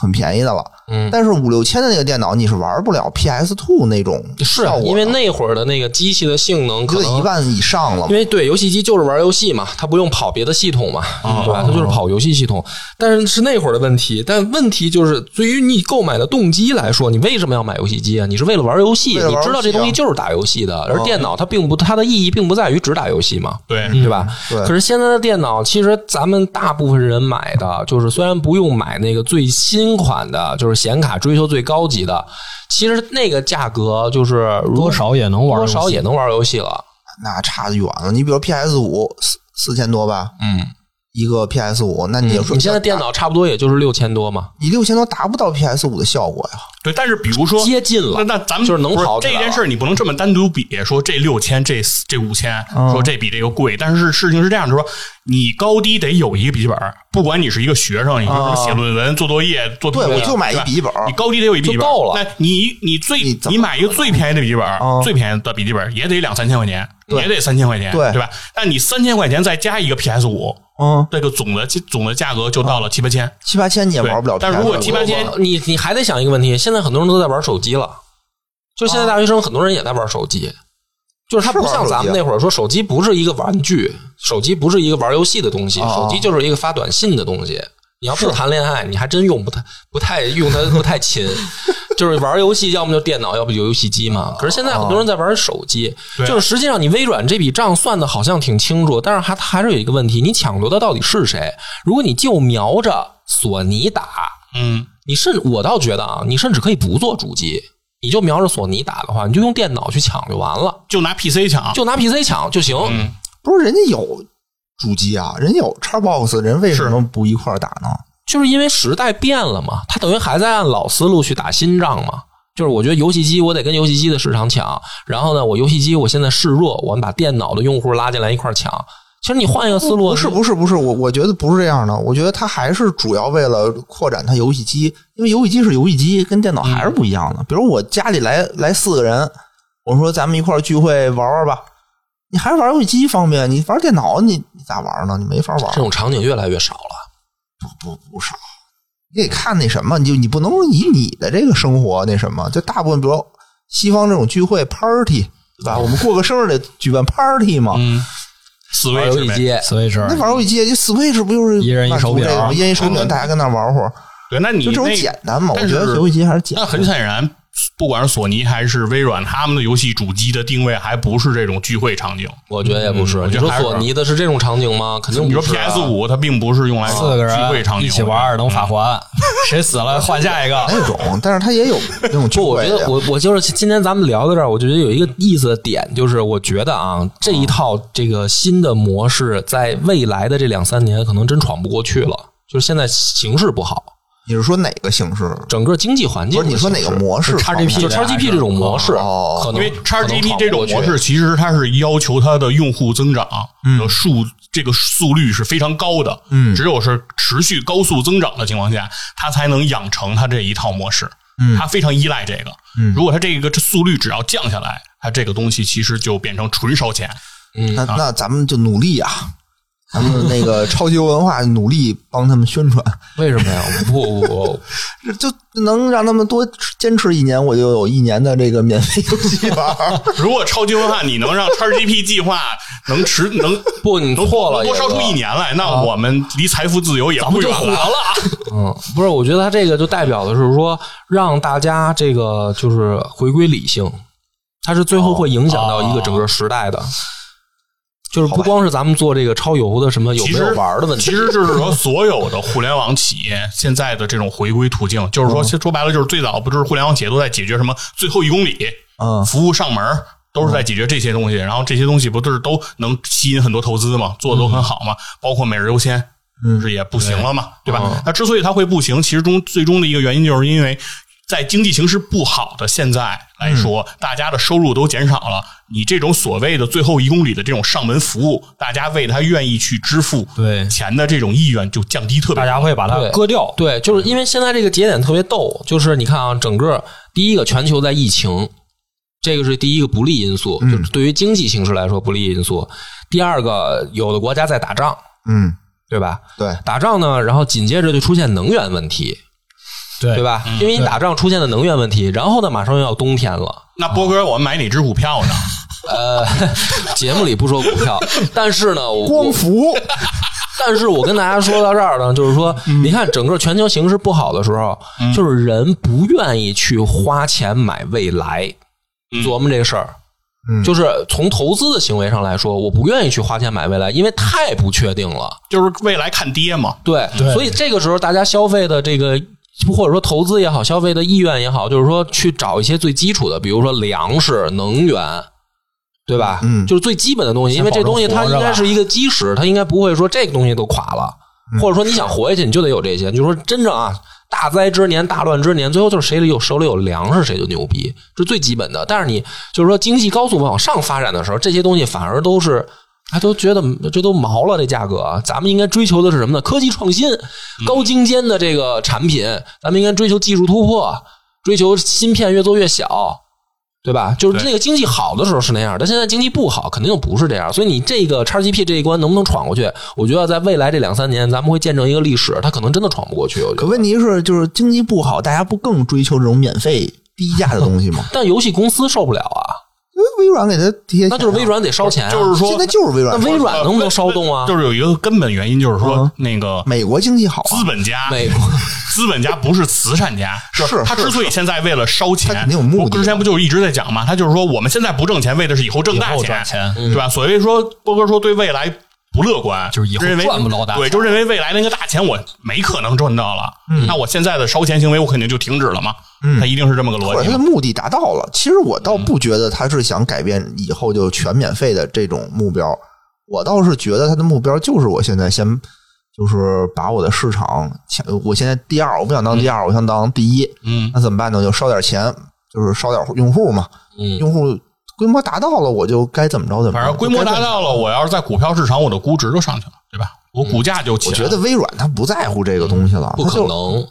Speaker 2: 很便宜的了。
Speaker 1: 嗯，
Speaker 2: 但是五六千的那个电脑你是玩不了 PS Two 那种
Speaker 1: 是啊
Speaker 2: 效果的，
Speaker 1: 因为那会儿的那个机器的性能
Speaker 2: 啊就
Speaker 1: 可
Speaker 2: 得一
Speaker 1: 能。
Speaker 2: 万以上了
Speaker 1: 因
Speaker 2: 嘛。
Speaker 1: 为对游戏机就是玩游戏嘛，它不用跑别的系统嘛，对吧？它就是跑游戏系统，但是是那会儿的问题。但问题就是，对于你购买的动机来说，你为什么要买游戏机啊？你是为了玩游戏，
Speaker 2: 为了玩
Speaker 1: 你知道
Speaker 2: 游戏
Speaker 1: 这东西
Speaker 2: 啊
Speaker 1: 就是打游戏的，而电脑它并不，它的意义并不在于只打游戏嘛，
Speaker 3: 嗯对，
Speaker 1: 对吧？
Speaker 2: 对
Speaker 1: 可是现在的电脑，其实咱们大部分人买的，就是虽然不用买那个最新款的，就是显卡追求最高级的，其实那个价格就是如
Speaker 4: 多少也能玩
Speaker 1: 多
Speaker 4: 游戏，
Speaker 1: 少也能玩游戏了。
Speaker 2: 那差得远了。你比如 PS 五四四千多吧，
Speaker 1: 嗯，
Speaker 2: 一个 PS 五，那你也说
Speaker 1: 你现在电脑差不多也就是六千多嘛，
Speaker 2: 你六千多达不到 PS 五的效果呀。
Speaker 3: 对，但是比如说，
Speaker 1: 接近
Speaker 3: 那
Speaker 1: 了。
Speaker 3: 那咱们
Speaker 1: 就是能
Speaker 3: 不
Speaker 1: 跑起
Speaker 3: 这
Speaker 1: 来了
Speaker 3: 件事，你不能这么单独比，说这六千，这四这五千，
Speaker 2: 嗯
Speaker 3: 说这比这个贵。但是事情是这样，就是说你高低得有一个笔记本儿，不管你是一个学生，你是
Speaker 2: 啊
Speaker 3: 什么写论文、做作业、做
Speaker 2: 对，
Speaker 3: 评
Speaker 2: 我
Speaker 3: 论
Speaker 2: 就买一
Speaker 3: 对吧
Speaker 2: 笔记本儿，
Speaker 3: 你高低得有一笔记本儿
Speaker 1: 就够了
Speaker 3: 那你你最
Speaker 2: 你
Speaker 3: 你
Speaker 2: 怎么
Speaker 3: 买一个最便宜的笔记本儿，
Speaker 2: 嗯
Speaker 3: 最便宜的笔记本儿也得两三千块钱，
Speaker 2: 对
Speaker 3: 也得三千块钱，
Speaker 2: 对
Speaker 3: 对吧？那你三千块钱再加一个 PS 五，
Speaker 2: 嗯，
Speaker 3: 这个总的总的价格就到了七八千。
Speaker 2: 七八千你也
Speaker 3: 对
Speaker 2: 玩不了 PS5。
Speaker 3: 但如果七八千
Speaker 1: 你你还得想一个问题，现在很多人都在玩手机了，就现在大学生很多人也在玩手机，就是他
Speaker 2: 啊是
Speaker 1: 不
Speaker 2: 玩
Speaker 1: 像
Speaker 2: 手机啊
Speaker 1: 咱们那会儿说手机不是一个玩具，手机不是一个玩游戏的东西，
Speaker 2: 哦
Speaker 1: 手机就是一个发短信的东西。你要不谈恋爱，你还真用不太不太用它不太 勤，就是玩游戏，要么就电脑，要不就游戏机嘛。可是现在很多人在玩手机，
Speaker 2: 啊
Speaker 3: 对
Speaker 1: 就是实际上你微软这笔账算的好像挺清楚，但是还它还是有一个问题，你抢夺的到底是谁？如果你就瞄着索尼打，
Speaker 3: 嗯，
Speaker 1: 你甚我倒觉得啊，你甚至可以不做主机，你就瞄着索尼打的话，你就用电脑去抢就完了，
Speaker 3: 就拿 PC 抢，
Speaker 1: 就拿 PC 抢就行。
Speaker 3: 嗯
Speaker 2: 不是人家有主机啊，人家有 Xbox，人为什么不一块儿打呢？
Speaker 1: 就是因为时代变了嘛，它等于还在按老思路去打新仗嘛。就是我觉得游戏机我得跟游戏机的市场抢，然后呢，我游戏机我现在示弱，我们把电脑的用户拉进来一块儿抢。其实你换一个思路，
Speaker 2: 不是
Speaker 1: 你
Speaker 2: 不是不是，我我觉得不是这样的，我觉得它还是主要为了扩展它游戏机，因为游戏机是游戏机，跟电脑还是不一样的。比如我家里来来四个人，我说咱们一块儿聚会玩玩吧，你还是玩游戏机方便，你玩电脑你你咋玩呢？你没法玩
Speaker 1: 这，种场景越来越少了。
Speaker 2: 不不少。你得看那什么，你就你不能以你的这个生活那什么，就大部分比如西方这种聚会 party 对吧？我们过个生日得举办 party 嘛，
Speaker 3: 嗯，死
Speaker 1: 玩
Speaker 3: 位
Speaker 1: 游
Speaker 3: 置
Speaker 1: 戏
Speaker 3: 呗。
Speaker 1: 机，
Speaker 4: 所以是
Speaker 2: 那玩游戏机就 Switch 不就是
Speaker 4: 一人一手啊柄
Speaker 2: 满足这个吗一人一手柄，
Speaker 3: 嗯
Speaker 2: 大家跟那玩会儿，
Speaker 3: 对，那你
Speaker 2: 就这种
Speaker 3: 那
Speaker 2: 简单嘛。我
Speaker 3: 但
Speaker 2: 觉
Speaker 3: 是
Speaker 2: 得游戏机还是简
Speaker 3: 那
Speaker 2: 单。
Speaker 3: 很显然，不管是索尼还是微软，他们的游戏主机的定位还不是这种聚会场景。
Speaker 1: 我觉得也不是。
Speaker 3: 嗯我
Speaker 1: 你
Speaker 3: 觉得
Speaker 1: 说
Speaker 3: 还是
Speaker 1: 索尼的是这种场景吗？肯定
Speaker 3: 你
Speaker 1: 不
Speaker 3: 说
Speaker 1: 是、啊。
Speaker 3: PS 五它并不是用来聚
Speaker 4: 四个
Speaker 3: 会嗯场
Speaker 4: 人啊
Speaker 3: 景
Speaker 4: 一起玩《等法环》，谁死了换下一个。
Speaker 2: 那种，但是它 也有那种聚
Speaker 1: 不，我
Speaker 2: 会
Speaker 1: 觉
Speaker 2: 的呀
Speaker 1: 得我我就是今天咱们聊到这儿，我就觉得有一个意思的点，就是我觉得啊，这一套这个新的模式，在未来的这两三年可能真闯不过去了。就是现在形势不好，
Speaker 2: 你是说哪个形式？
Speaker 1: 整个经济环境
Speaker 2: 不是
Speaker 1: 的
Speaker 2: 你
Speaker 1: 形势，
Speaker 2: 说哪个模式方面？
Speaker 4: XGP
Speaker 1: 就 XGP 这种模式，
Speaker 2: 哦
Speaker 1: 可
Speaker 3: 因
Speaker 1: 能
Speaker 3: 为 XGP 这种
Speaker 1: 可能闯不
Speaker 3: 模，
Speaker 1: 过
Speaker 3: 式
Speaker 1: 去
Speaker 3: 其实它是要求它的用户增长的速这个速率是非常高的，嗯，只有是持续高速增长的情况下，它才能养成它这一套模式，嗯，它非常依赖这个，嗯，如果它这个这速率只要降下来，它这个东西其实就变成纯烧钱，
Speaker 4: 嗯
Speaker 2: 那那咱们就努力啊，咱 们那个超级文化努力帮他们宣传，
Speaker 1: 为什么呀？不不不，
Speaker 2: 这就能让他们多坚持一年，我就有一年的这个免费游戏玩儿。
Speaker 3: 如果超级文化你能让 XGP 计划能持能
Speaker 1: 不，你
Speaker 3: 能
Speaker 1: 错了，啊
Speaker 3: 多
Speaker 1: 野
Speaker 3: 烧
Speaker 1: 哥
Speaker 3: 出一年来，那我们离财富自由也不远了。
Speaker 1: 嗯，不是，我觉得他这个就代表的是说，让大家这个就是回归理性，它是最后会影响到一个整个时代的，
Speaker 3: 哦
Speaker 1: 就是不光是咱们做这个超游的什么有
Speaker 3: 其
Speaker 1: 没
Speaker 3: 实
Speaker 1: 有玩的问题，啊
Speaker 3: 其实就是说，所有的互联网企业现在的这种回归途径，就是说，其实说白了，就是最早不就是互联网企业都在解决什么最后一公里、
Speaker 2: 嗯，
Speaker 3: 啊服务上门儿，都是
Speaker 4: 嗯
Speaker 3: 在解决这些东西。然后这些东西不就是都能吸引很多投资嘛，做的都
Speaker 4: 嗯
Speaker 3: 很好嘛，包括每日优先。是也不行了嘛，对吧？
Speaker 4: 嗯
Speaker 3: 那之所以它会不行，其实中最终的一个原因，就是因为在经济形势不好的现在
Speaker 4: 嗯
Speaker 3: 来说，大家的收入都减少了，你这种所谓的最后一公里的这种上门服务，大家为他愿意去支付
Speaker 4: 对
Speaker 3: 钱的这种意愿就降低特别
Speaker 4: 大
Speaker 3: 多。
Speaker 4: 家会把它
Speaker 1: 对
Speaker 4: 割掉，
Speaker 1: 对，
Speaker 3: 嗯
Speaker 1: 就是因为现在这个节点特别逗，就是你看啊，整个第一个全球在疫情，这个是第一个不利因素，
Speaker 3: 嗯
Speaker 1: 就是对于经济形势来说不利因素。第二个，有的国家在打仗，
Speaker 2: 嗯，
Speaker 1: 对吧？
Speaker 2: 对，
Speaker 1: 打仗呢，然后紧接着就出现能源问题，
Speaker 4: 对
Speaker 1: 对？吧？因为你打仗出现的能源问题，然后呢，马上又要冬天了。
Speaker 3: 那波哥，我买哪只股票 呢？
Speaker 1: 呃，节目里不说股 票，但是呢，我
Speaker 2: 光伏，
Speaker 1: 但是我跟大家说到这儿呢，就是说，你看整个全球形势不好的时候，就是人不愿意去花钱买未来，琢磨这个事儿。就是从投资的行为上来说，我不愿意去花钱买未来，因为太不确定了。
Speaker 3: 就是未来看跌嘛。
Speaker 1: 对，所以这个时候大家消费的这个。或者说投资也好，消费的意愿也好，就是说去找一些最基础的，比如说粮食、能源，对吧？
Speaker 2: 嗯
Speaker 1: 就是最基本的东西，因为这东西它
Speaker 4: 活着
Speaker 1: 应
Speaker 4: 吧
Speaker 1: 该是一个基石，它应该不会说这个东西都垮了，
Speaker 4: 嗯
Speaker 1: 或者说你想活下去，你就得有这些。就是说真正啊，大灾之年、大乱之年，最后就是谁里有手里有粮食，谁就牛逼，这是最基本的。但是你就是说经济高速往上发展的时候，这些东西反而都是他都觉得这都毛了，这价格啊，咱们应该追求的是什么呢？科技创新、
Speaker 4: 嗯
Speaker 1: 高精尖的这个产品，咱们应该追求技术突破，追求芯片越做越小，对吧？就是
Speaker 3: 对
Speaker 1: 那个经济好的时候是那样，但现在经济不好，肯定就不是这样。所以你这个 XGP 这一关能不能闯过去？我觉得在未来这两三年，咱们会见证一个历史，它可能真的闯不过去。我觉
Speaker 2: 可
Speaker 1: 得，
Speaker 2: 问题是，就是经济不好，大家不更追求这种免费低价的东西吗？
Speaker 1: 但游戏公司受不了啊，
Speaker 2: 因为微软给它贴钱啊，
Speaker 1: 那就是微软得烧钱、啊，
Speaker 3: 就是说
Speaker 2: 现在就是微
Speaker 1: 那
Speaker 2: 软，
Speaker 1: 微软能不能烧动啊？
Speaker 3: 就是有一个根本原因，就是
Speaker 4: 嗯
Speaker 3: 说那个
Speaker 2: 美国经济好啊
Speaker 3: 资，本家，
Speaker 1: 美国。
Speaker 3: 资本家不是慈善家，就是他
Speaker 2: 是
Speaker 3: 之所以现在为了烧钱，
Speaker 2: 他肯定有目的
Speaker 3: 我之前不就一直在讲嘛，他就是说我们现在不挣钱，为的是以后挣大
Speaker 4: 以后
Speaker 3: 钱，
Speaker 4: 赚钱
Speaker 3: 对吧？所以说波哥说对未来不乐观，
Speaker 4: 就是以后
Speaker 3: 认为
Speaker 4: 赚不着大钱
Speaker 3: 对，就认为未来那个大钱我没可能赚到了，那我现在的烧钱行为我肯定就停止了嘛，他一定是这么个
Speaker 2: 或
Speaker 3: 逻
Speaker 2: 者
Speaker 3: 辑
Speaker 2: 他的
Speaker 3: 嘛。
Speaker 2: 目的达到了。其实我
Speaker 3: 嗯
Speaker 2: 倒不觉得他是想改变以后就全免费的这种目标，我倒是觉得他的目标就是我现在先就是把我的市场抢，我现在第二，我不想当第二，我想当第一。
Speaker 3: 嗯，
Speaker 2: 那怎么办呢？就烧点钱，就是烧点用户嘛。
Speaker 1: 嗯
Speaker 2: 用户规模达到了，我就该怎么着怎么着。
Speaker 3: 反正规模达到了，我要是在股票市场，我的估值就上去了，对吧？我股价就起
Speaker 2: 我
Speaker 3: 来了。
Speaker 2: 觉得微软它不在乎这个东西了，
Speaker 1: 不
Speaker 3: 嗯
Speaker 2: 它
Speaker 1: 可
Speaker 2: 就
Speaker 1: 能，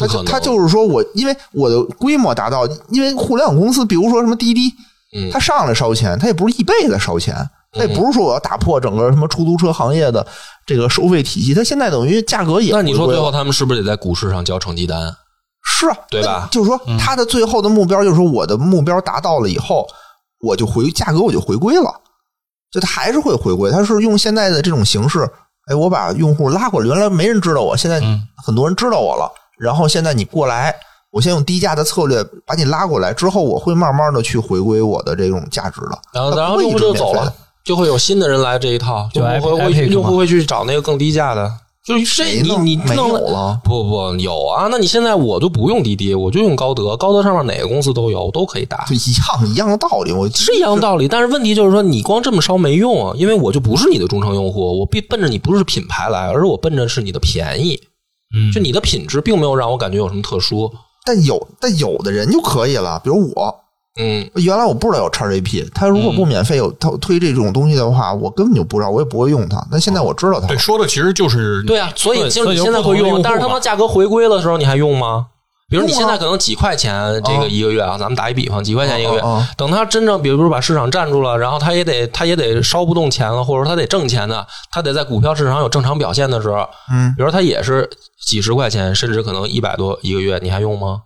Speaker 2: 他
Speaker 1: 不
Speaker 2: 就
Speaker 1: 可能，
Speaker 2: 他就是说我，因为我的规模达到，因为互联网公司，比如说什么滴滴，
Speaker 1: 嗯
Speaker 2: 他上来烧钱，他也不是一辈子烧钱，他也不是说我要打破整个什么出租车行业的这个收费体系，他现在等于价格也
Speaker 1: 那你说
Speaker 2: 回归
Speaker 1: 最后
Speaker 2: 了
Speaker 1: 他们是不是得在股市上交成绩单？
Speaker 2: 是啊，
Speaker 1: 对吧嗯
Speaker 2: 那就是说他的最后的目标就是说我的目标达到了以后，我就回价格我就回归了，就他还是会回归，他是用现在的这种形式，哎，我把用户拉过来，原来没人知道我，现在
Speaker 3: 嗯
Speaker 2: 很多人知道我了，然后现在你过来，我先用低价的策略把你拉过来，之后我会慢慢的去回归我的这种价值的，
Speaker 1: 然后
Speaker 2: 它
Speaker 1: 然
Speaker 2: 不
Speaker 1: 后
Speaker 2: 会
Speaker 1: 用
Speaker 2: 一
Speaker 1: 户
Speaker 2: 直
Speaker 1: 就
Speaker 2: 免
Speaker 1: 走
Speaker 2: 费
Speaker 1: 了，就会有新的人来这一套，
Speaker 4: 就
Speaker 1: 用户会
Speaker 4: Epic-
Speaker 1: 会
Speaker 4: Epic
Speaker 1: 用户
Speaker 4: 嘛
Speaker 1: 会去找那个更低价的，就是这
Speaker 2: 谁
Speaker 1: 你
Speaker 2: 弄
Speaker 1: 哎你
Speaker 2: 没
Speaker 1: 弄
Speaker 2: 有
Speaker 1: 了
Speaker 2: 了？
Speaker 1: 不不有啊，那你现在我就不用滴滴，我就用高德，高德上面哪个公司都有，我都可以打，
Speaker 2: 就一样一样的道理，我
Speaker 1: 是一样道理。但是问题就是说，你光这么烧没用啊，因为我就不是你的忠诚用户，我必奔着你不是品牌来，而是我奔着是你的便宜，
Speaker 4: 嗯
Speaker 1: 就你的品质并没有让我感觉有什么特殊。
Speaker 2: 但有但有的人就可以了，比如我，
Speaker 1: 嗯，
Speaker 2: 原来我不知道有 XGP，它如果不免费有它推这种东西的话，我根本就不知道，我也不会用它。但现在我知道它
Speaker 3: 对，
Speaker 2: 了，
Speaker 3: 说的其实就是
Speaker 1: 对啊，所以
Speaker 4: 对
Speaker 1: 就是
Speaker 4: 所
Speaker 1: 你
Speaker 4: 以有
Speaker 1: 现在
Speaker 4: 不同
Speaker 1: 会
Speaker 4: 的用
Speaker 1: 用，
Speaker 4: 户
Speaker 1: 但是他
Speaker 4: 嘛
Speaker 1: 妈价格回归的时候，你还用吗？比如你
Speaker 2: 用啊
Speaker 1: 现在可能几块钱这个一个月啊，咱们打一比方，几块钱一个月
Speaker 2: 啊啊啊，
Speaker 1: 等他真正比如说把市场占住了，然后他也得他也得烧不动钱了，或者说他得挣钱的，他得在股票市场有正常表现的时候，
Speaker 2: 嗯，
Speaker 1: 比如他也是几十块钱，甚至可能一百多一个月，你还用吗？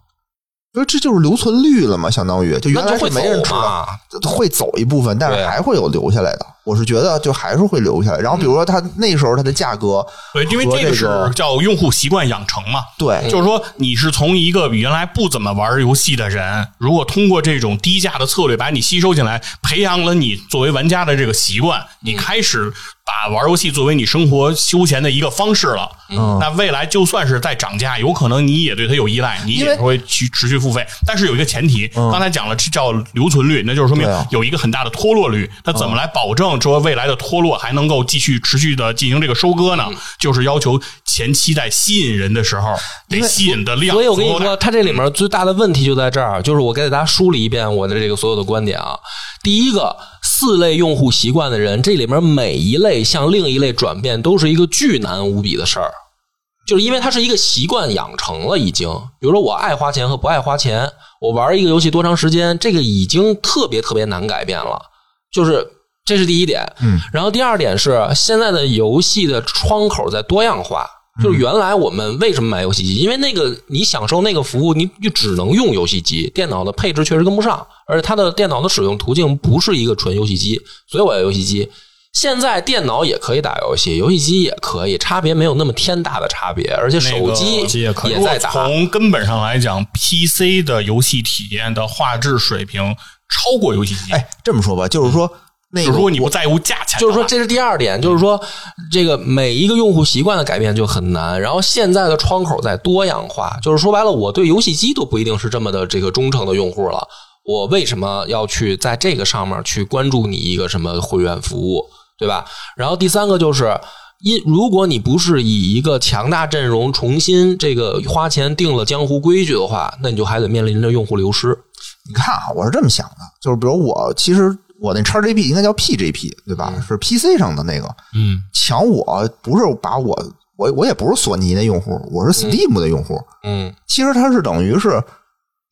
Speaker 2: 所以这就是留存率了嘛，相当于就原来
Speaker 1: 那就是会
Speaker 2: 没人
Speaker 1: 走
Speaker 2: 知道，
Speaker 1: 嘛，
Speaker 2: 会走一部分，但
Speaker 1: 对
Speaker 2: 是
Speaker 1: 啊
Speaker 2: 还会有留下来的。我是觉得就还是会留下来。然后比如说它
Speaker 1: 嗯
Speaker 2: 那时候它的价格，
Speaker 3: 对，因为
Speaker 2: 和
Speaker 3: 这个
Speaker 2: 这个
Speaker 3: 是叫用户习惯养成嘛。
Speaker 2: 对，
Speaker 3: 就是说，你是从一个原来不怎么玩游戏的人，如果通过这种低价的策略把你吸收进来，培养了你作为玩家的这个习惯，你开始把玩游戏作为你生活休闲的一个方式了。
Speaker 2: 嗯
Speaker 3: 那未来就算是在涨价，有可能你也对它有依赖，你
Speaker 2: 因
Speaker 3: 也
Speaker 2: 为
Speaker 3: 会去持续付费。但是有一个前提，
Speaker 2: 嗯
Speaker 3: 刚才讲了这叫留存率，那就是说明
Speaker 2: 对啊
Speaker 3: 有一个很大的脱落率。那怎么来保证说未来的脱落还能够继续持续的进行这个收割
Speaker 1: 嗯
Speaker 3: 呢？就是要求前期在吸引人的时候得吸引的量
Speaker 1: 所以我
Speaker 3: 足
Speaker 1: 跟你
Speaker 3: 够
Speaker 1: 说，
Speaker 3: 大。
Speaker 1: 它这里面最大的问题就在这儿，啊就是我给大家梳理一遍我的这个所有的观点啊。第一个，四类用户习惯的人，这里面每一类向另一类转变都是一个巨难无比的事儿，就是因为它是一个习惯养成了，已经。比如说，我爱花钱和不爱花钱，我玩一个游戏多长时间，这个已经特别特别难改变了，就是。这是第一点，
Speaker 2: 嗯，
Speaker 1: 然后第二点是现在的游戏的窗口在多样化，就是原来我们为什么买游戏机？因为那个你享受那个服务，你就只能用游戏机，电脑的配置确实跟不上，而且它的电脑的使用途径不是一个纯游戏机，所以我要游戏机。现在电脑也可以打游戏，游戏机也可以，差别没有那么天大的差别，而且手
Speaker 3: 那
Speaker 1: 机
Speaker 3: 个
Speaker 4: 也可以
Speaker 1: 也
Speaker 3: 如果
Speaker 1: 在打。
Speaker 3: 从根本上来讲，PC 的游戏体验的画质水平超过游戏机。
Speaker 2: 哎，这么说吧，就是
Speaker 1: 嗯
Speaker 2: 说那
Speaker 3: 就
Speaker 2: 个
Speaker 3: 如果你不在乎价钱的话，
Speaker 1: 就是说，这是第二点，就是说，这个每一个用户习惯的改变就很难。然后现在的窗口在多样化，就是说白了，我对游戏机都不一定是这么的这个忠诚的用户了。我为什么要去在这个上面去关注你一个什么会员服务，对吧？然后第三个就是。因如果你不是以一个强大阵容重新这个花钱定了江湖规矩的话，那你就还得面临着用户流失。
Speaker 2: 你看啊，我是这么想的，就是比如我其实我那 XGP 应该叫 PGP 对
Speaker 1: 嗯
Speaker 2: 吧？是 PC 上的那个，
Speaker 4: 嗯，
Speaker 2: 抢我不是把我我我也不是索尼的用户，我是 Steam 的用户。
Speaker 1: 嗯
Speaker 2: 其实它是等于是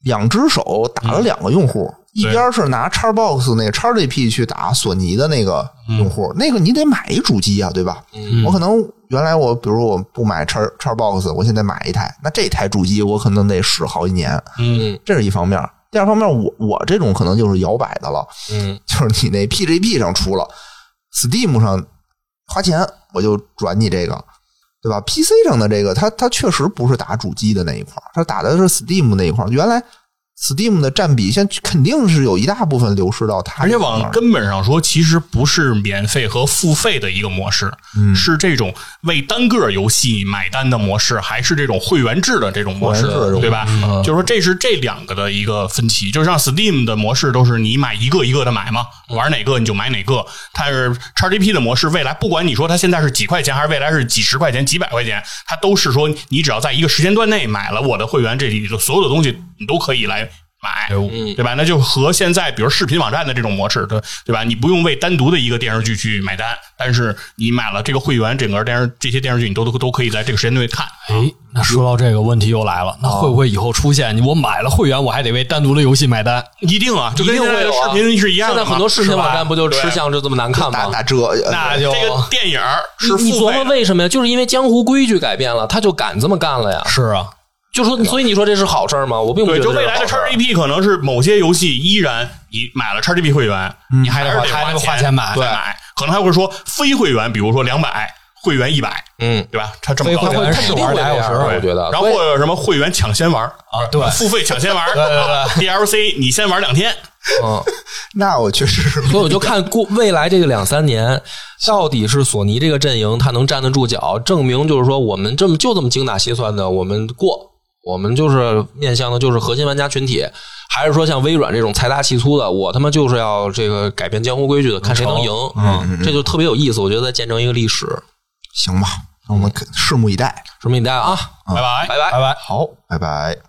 Speaker 2: 两只手打
Speaker 1: 嗯
Speaker 2: 了两个用户，一边是拿 Xbox 那个 XGP 去打索尼的那个用户，那个你得买一主机啊，对吧？
Speaker 1: 嗯
Speaker 2: 我可能原来我比如我不买 X Xbox，我现在买一台，那这台主机我可能得使好几年，
Speaker 1: 嗯
Speaker 2: 这是一方面。第二方面，我我这种可能就是摇摆的了，
Speaker 1: 嗯
Speaker 2: 就是你那 PGP 上出了，Steam 上花钱我就转你这个，对吧？PC 上的这个，它它确实不是打主机的那一块儿，它打的是 Steam 那一块儿。原来 Steam 的占比，现在肯定是有一大部分流失到它
Speaker 3: 而
Speaker 2: 这
Speaker 3: 且
Speaker 2: 块儿了，
Speaker 3: 往根本上说，其实不是免费和付费的一个模式，
Speaker 2: 嗯
Speaker 3: 是这种为单个游戏买单的模式，还是这种会员制的这种模式，
Speaker 2: 会员制的这种
Speaker 3: 对吧？
Speaker 1: 嗯
Speaker 3: 就是说，这是这两个的一个分歧。就像 Steam 的模式都是你买一个一个的买嘛，玩哪个你就买哪个。它是 XGP 的模式，未来不管你说它现在是几块钱，还是未来是几十块钱、几百块钱，它都是说你只要在一个时间段内买了我的会员，这里的所有的东西你都可以来买。
Speaker 1: 嗯
Speaker 3: 哎对吧？那就和现在比如视频网站的这种模式，对对吧？你不用为单独的一个电视剧去买单，但是你买了这个会员，整个电视这些电视剧你都都都可以在这个时间内看。
Speaker 4: 哎，那说到这个问题又来了，那会不会以后出现我买了会员，我还得为单独的游戏买单？
Speaker 3: 一定啊，就
Speaker 1: 一
Speaker 3: 跟
Speaker 1: 定
Speaker 3: 现
Speaker 1: 会
Speaker 3: 在的
Speaker 1: 有啊
Speaker 3: 视频是一样
Speaker 1: 现
Speaker 3: 的嘛。
Speaker 1: 在很多视频网站不就吃
Speaker 3: 是吧
Speaker 1: 相就这么难看
Speaker 2: 打
Speaker 1: 吗？
Speaker 2: 打折，呃
Speaker 4: 那
Speaker 3: 对
Speaker 4: 就
Speaker 3: 这个电影儿是
Speaker 1: 你你
Speaker 3: 付
Speaker 1: 琢
Speaker 3: 费
Speaker 1: 磨
Speaker 3: 的，
Speaker 1: 为什么呀？就是因为江湖规矩改变了，他就敢这么干了呀。
Speaker 4: 是啊，
Speaker 1: 就说，所以你说这是好事儿吗？我并不觉
Speaker 3: 对，
Speaker 1: 得
Speaker 3: 就
Speaker 1: 这
Speaker 3: 未
Speaker 1: 是
Speaker 3: 来的
Speaker 1: 好事儿
Speaker 3: XGP 可能是某些游戏依然你买了 XGP 会员，
Speaker 1: 嗯
Speaker 3: 你还
Speaker 4: 还
Speaker 3: 是
Speaker 4: 得花
Speaker 3: 得
Speaker 4: 还得花
Speaker 3: 钱
Speaker 4: 钱买
Speaker 3: 再买，可能还会说非会员，比如说两百，会员一百，
Speaker 1: 嗯，
Speaker 3: 对吧？它这么
Speaker 4: 非
Speaker 3: 高
Speaker 4: 会。员
Speaker 1: 他一定会这样的，我觉得。
Speaker 3: 然后或者什么会员抢先玩儿
Speaker 4: 啊对
Speaker 3: 付费抢先玩儿 DLC 你先玩两天，
Speaker 1: 嗯，
Speaker 2: 那我确实是
Speaker 1: 所以我就看过未来这个两三年，到底是索尼这个阵营他能站得住脚，证明就是说我们这么就这么精打细算的，我们过，我们就是面向的就是核心玩家群体，还是说像微软这种财大气粗的，我他妈就是要这个改变江湖规矩的，看谁能赢，嗯，这就特别有意思，我觉得在见证一个历史，
Speaker 2: 行吧，那我们可拭目以待，
Speaker 1: 拭目以待啊，
Speaker 3: 拜拜。
Speaker 1: 拜拜。
Speaker 4: 拜拜。
Speaker 2: 好，拜拜。